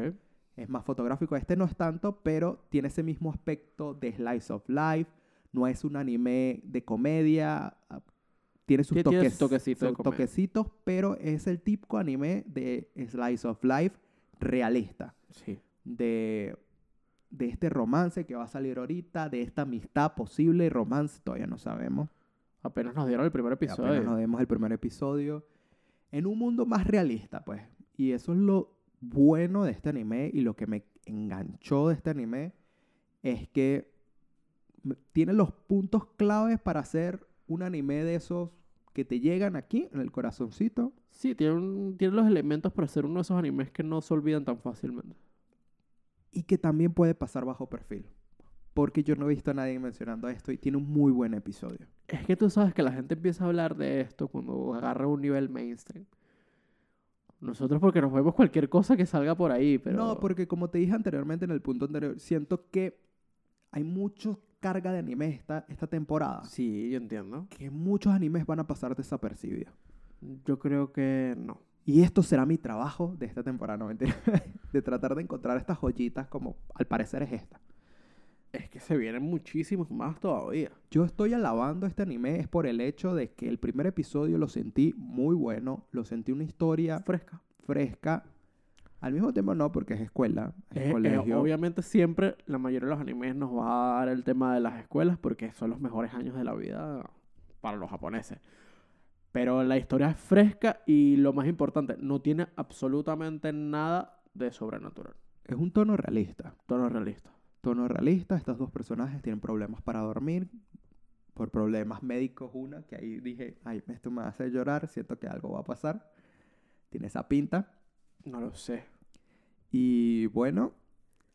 Speaker 1: Es más fotográfico. Este no es tanto, pero tiene ese mismo aspecto de Slice of Life. No es un anime de comedia. ah, Tiene sus
Speaker 2: Sí, tiene
Speaker 1: toques,
Speaker 2: su toquecito de
Speaker 1: sus
Speaker 2: comedia.
Speaker 1: toquecitos, pero es el típico anime de Slice of Life realista
Speaker 2: Sí.
Speaker 1: de, de este romance que va a salir ahorita, de esta amistad posible, romance, todavía no sabemos.
Speaker 2: Apenas nos dieron el primer episodio.
Speaker 1: Apenas nos vemos el primer episodio. En un mundo más realista, pues. Y eso es lo bueno de este anime y lo que me enganchó de este anime es que m- tiene los puntos claves para hacer un anime de esos que te llegan aquí en el corazoncito.
Speaker 2: Sí, tiene, un- tiene los elementos para ser uno de esos animes que no se olvidan tan fácilmente.
Speaker 1: y que también puede pasar bajo perfil. Porque yo no he visto a nadie mencionando esto y tiene un muy buen episodio.
Speaker 2: Es que tú sabes que la gente empieza a hablar de esto cuando agarra un nivel mainstream. Nosotros porque nos vemos cualquier cosa que salga por ahí, pero...
Speaker 1: No, porque como te dije anteriormente en el punto anterior, siento que hay mucha carga de anime esta, esta temporada.
Speaker 2: Sí, yo entiendo.
Speaker 1: Que muchos animes van a pasar desapercibidos.
Speaker 2: Yo creo que no.
Speaker 1: Y esto será mi trabajo de esta temporada, no mentira. de tratar de encontrar estas joyitas como al parecer es esta.
Speaker 2: Es que se vienen muchísimos más todavía.
Speaker 1: Yo estoy alabando este anime es por el hecho de que el primer episodio lo sentí muy bueno, lo sentí una historia
Speaker 2: Fresca.
Speaker 1: fresca. Al mismo tiempo no, porque es escuela, es
Speaker 2: Eh, eh,
Speaker 1: colegio.
Speaker 2: obviamente siempre la mayoría de los animes nos va a dar el tema de las escuelas porque son los mejores años de la vida para los japoneses. Pero la historia es fresca y lo más importante, no tiene absolutamente nada de sobrenatural.
Speaker 1: Es un tono realista.
Speaker 2: Tono realista.
Speaker 1: Tono realista, estos dos personajes tienen problemas para dormir, por problemas médicos una, que ahí dije, ay, esto me hace llorar, siento que algo va a pasar. Tiene esa pinta.
Speaker 2: No lo sé.
Speaker 1: Y bueno,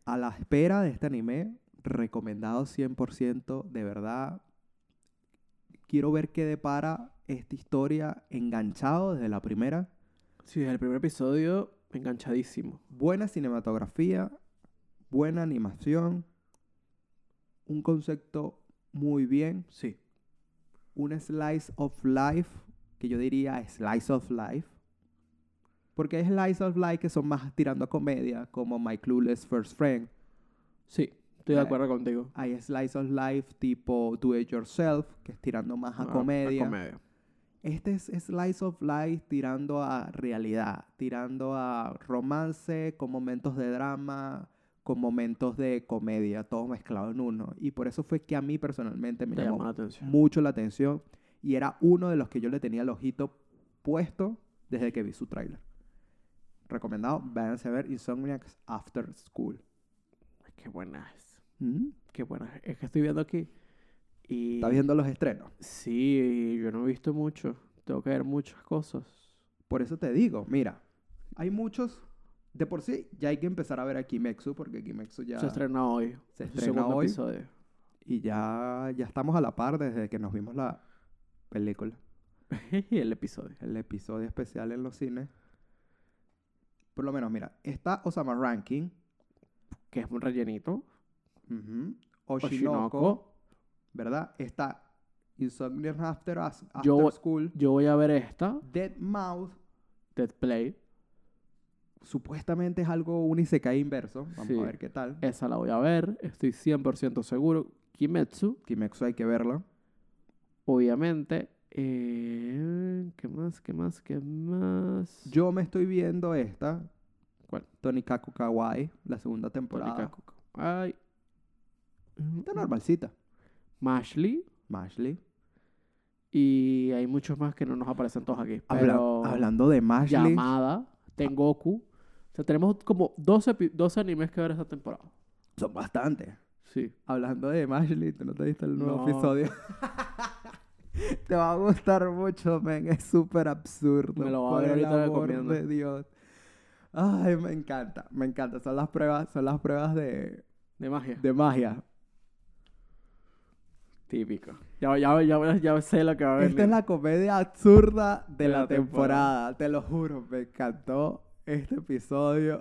Speaker 1: a la espera de este anime, recomendado 100%, de verdad. Quiero ver qué depara esta historia enganchado desde la primera.
Speaker 2: Sí, desde el primer episodio, enganchadísimo.
Speaker 1: buena cinematografía, buena animación, un concepto muy bien,
Speaker 2: Sí.
Speaker 1: un slice of life, que yo diría slice of life, porque hay slice of life que son más tirando a comedia, como My Clueless First Friend,
Speaker 2: Sí, estoy de
Speaker 1: Eh,
Speaker 2: acuerdo contigo.
Speaker 1: hay slice of life tipo Do It Yourself, que es tirando más a
Speaker 2: Ah,
Speaker 1: comedia.
Speaker 2: A comedia.
Speaker 1: Este es slice of life tirando a realidad, tirando a romance con momentos de drama, con momentos de comedia, todo mezclado en uno. Y por eso fue que a mí personalmente me
Speaker 2: Te llamó
Speaker 1: llamó
Speaker 2: la atención.
Speaker 1: mucho la atención y era uno de los que yo le tenía el ojito puesto desde que vi su tráiler. Recomendado, váyanse a ver Insomniacs After School.
Speaker 2: Ay, Qué buena es.
Speaker 1: ¿Mm?
Speaker 2: Qué buena es. Es que estoy viendo aquí y...
Speaker 1: ¿Estás viendo los estrenos?
Speaker 2: Sí, yo no he visto mucho. Tengo que ver muchas cosas.
Speaker 1: Por eso te digo, mira, hay muchos... De por sí, ya hay que empezar a ver a Kimetsu, porque Kimetsu ya...
Speaker 2: Se estrena hoy.
Speaker 1: Se
Speaker 2: Es su
Speaker 1: estrena
Speaker 2: segundo
Speaker 1: hoy.
Speaker 2: episodio.
Speaker 1: Y ya, ya estamos a la par desde que nos vimos la película,
Speaker 2: el episodio.
Speaker 1: el episodio especial en los cines. Por lo menos, mira, está Osama Ranking,
Speaker 2: Que es un rellenito.
Speaker 1: ujú,
Speaker 2: Oshinoko.
Speaker 1: Oshinoko, ¿verdad? Está Insomnia After, Us- After
Speaker 2: Yo-
Speaker 1: School,
Speaker 2: Yo voy a ver esta.
Speaker 1: Dead Mouth,
Speaker 2: Dead Play.
Speaker 1: supuestamente es algo un Isekai inverso, vamos
Speaker 2: Sí.
Speaker 1: a ver qué tal.
Speaker 2: Esa la voy a ver. Estoy 100% seguro. Kimetsu.
Speaker 1: Kimetsu hay que verlo.
Speaker 2: Obviamente. Eh, ¿Qué más? ¿Qué más? ¿Qué más?
Speaker 1: Yo me estoy viendo esta,
Speaker 2: ¿Cuál?
Speaker 1: Tonikaku Kawaii, la segunda temporada.
Speaker 2: Tónica Cuco. Ay.
Speaker 1: Está normalcita.
Speaker 2: Mashley.
Speaker 1: Mashley.
Speaker 2: Y hay muchos más que no nos aparecen todos aquí.
Speaker 1: Habla-
Speaker 2: pero...
Speaker 1: hablando de Mashley,
Speaker 2: Llamada, Tengoku. O sea, tenemos como 12, epi- 12 animes que ver esta temporada.
Speaker 1: son bastantes.
Speaker 2: Sí.
Speaker 1: Hablando de Mashley, tú no te viste el nuevo
Speaker 2: No.
Speaker 1: episodio. te va a gustar mucho, men. Es súper absurdo.
Speaker 2: Me lo voy a
Speaker 1: por
Speaker 2: ver
Speaker 1: el
Speaker 2: ahorita
Speaker 1: amor
Speaker 2: comiendo.
Speaker 1: de Dios. Ay, me encanta, me encanta. Son las pruebas, son las pruebas de,
Speaker 2: De magia.
Speaker 1: de magia.
Speaker 2: Típico. Ya, ya, ya, ya sé lo que va a venir.
Speaker 1: Esta es la comedia absurda de,
Speaker 2: De
Speaker 1: la,
Speaker 2: la
Speaker 1: temporada. te lo juro, me encantó este episodio.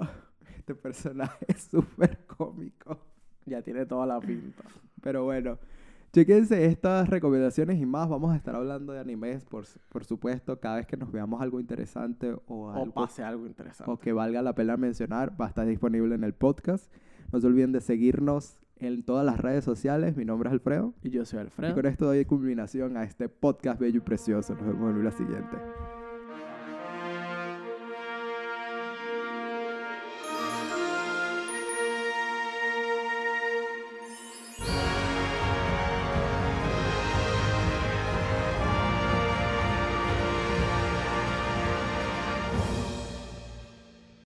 Speaker 1: Este personaje es súper cómico.
Speaker 2: Ya tiene toda la pinta.
Speaker 1: Pero bueno, Chequense estas recomendaciones y más. Vamos a estar hablando de animes, por, su- por supuesto. Cada vez que nos veamos algo interesante o
Speaker 2: O
Speaker 1: algo
Speaker 2: pase algo interesante.
Speaker 1: o que valga la pena mencionar, va a estar disponible en el podcast. No se olviden de seguirnos en todas las redes sociales. Mi nombre es Alfredo.
Speaker 2: Y yo soy
Speaker 1: Y
Speaker 2: Alfredo.
Speaker 1: con esto doy culminación a este podcast bello y precioso. Nos vemos en la siguiente.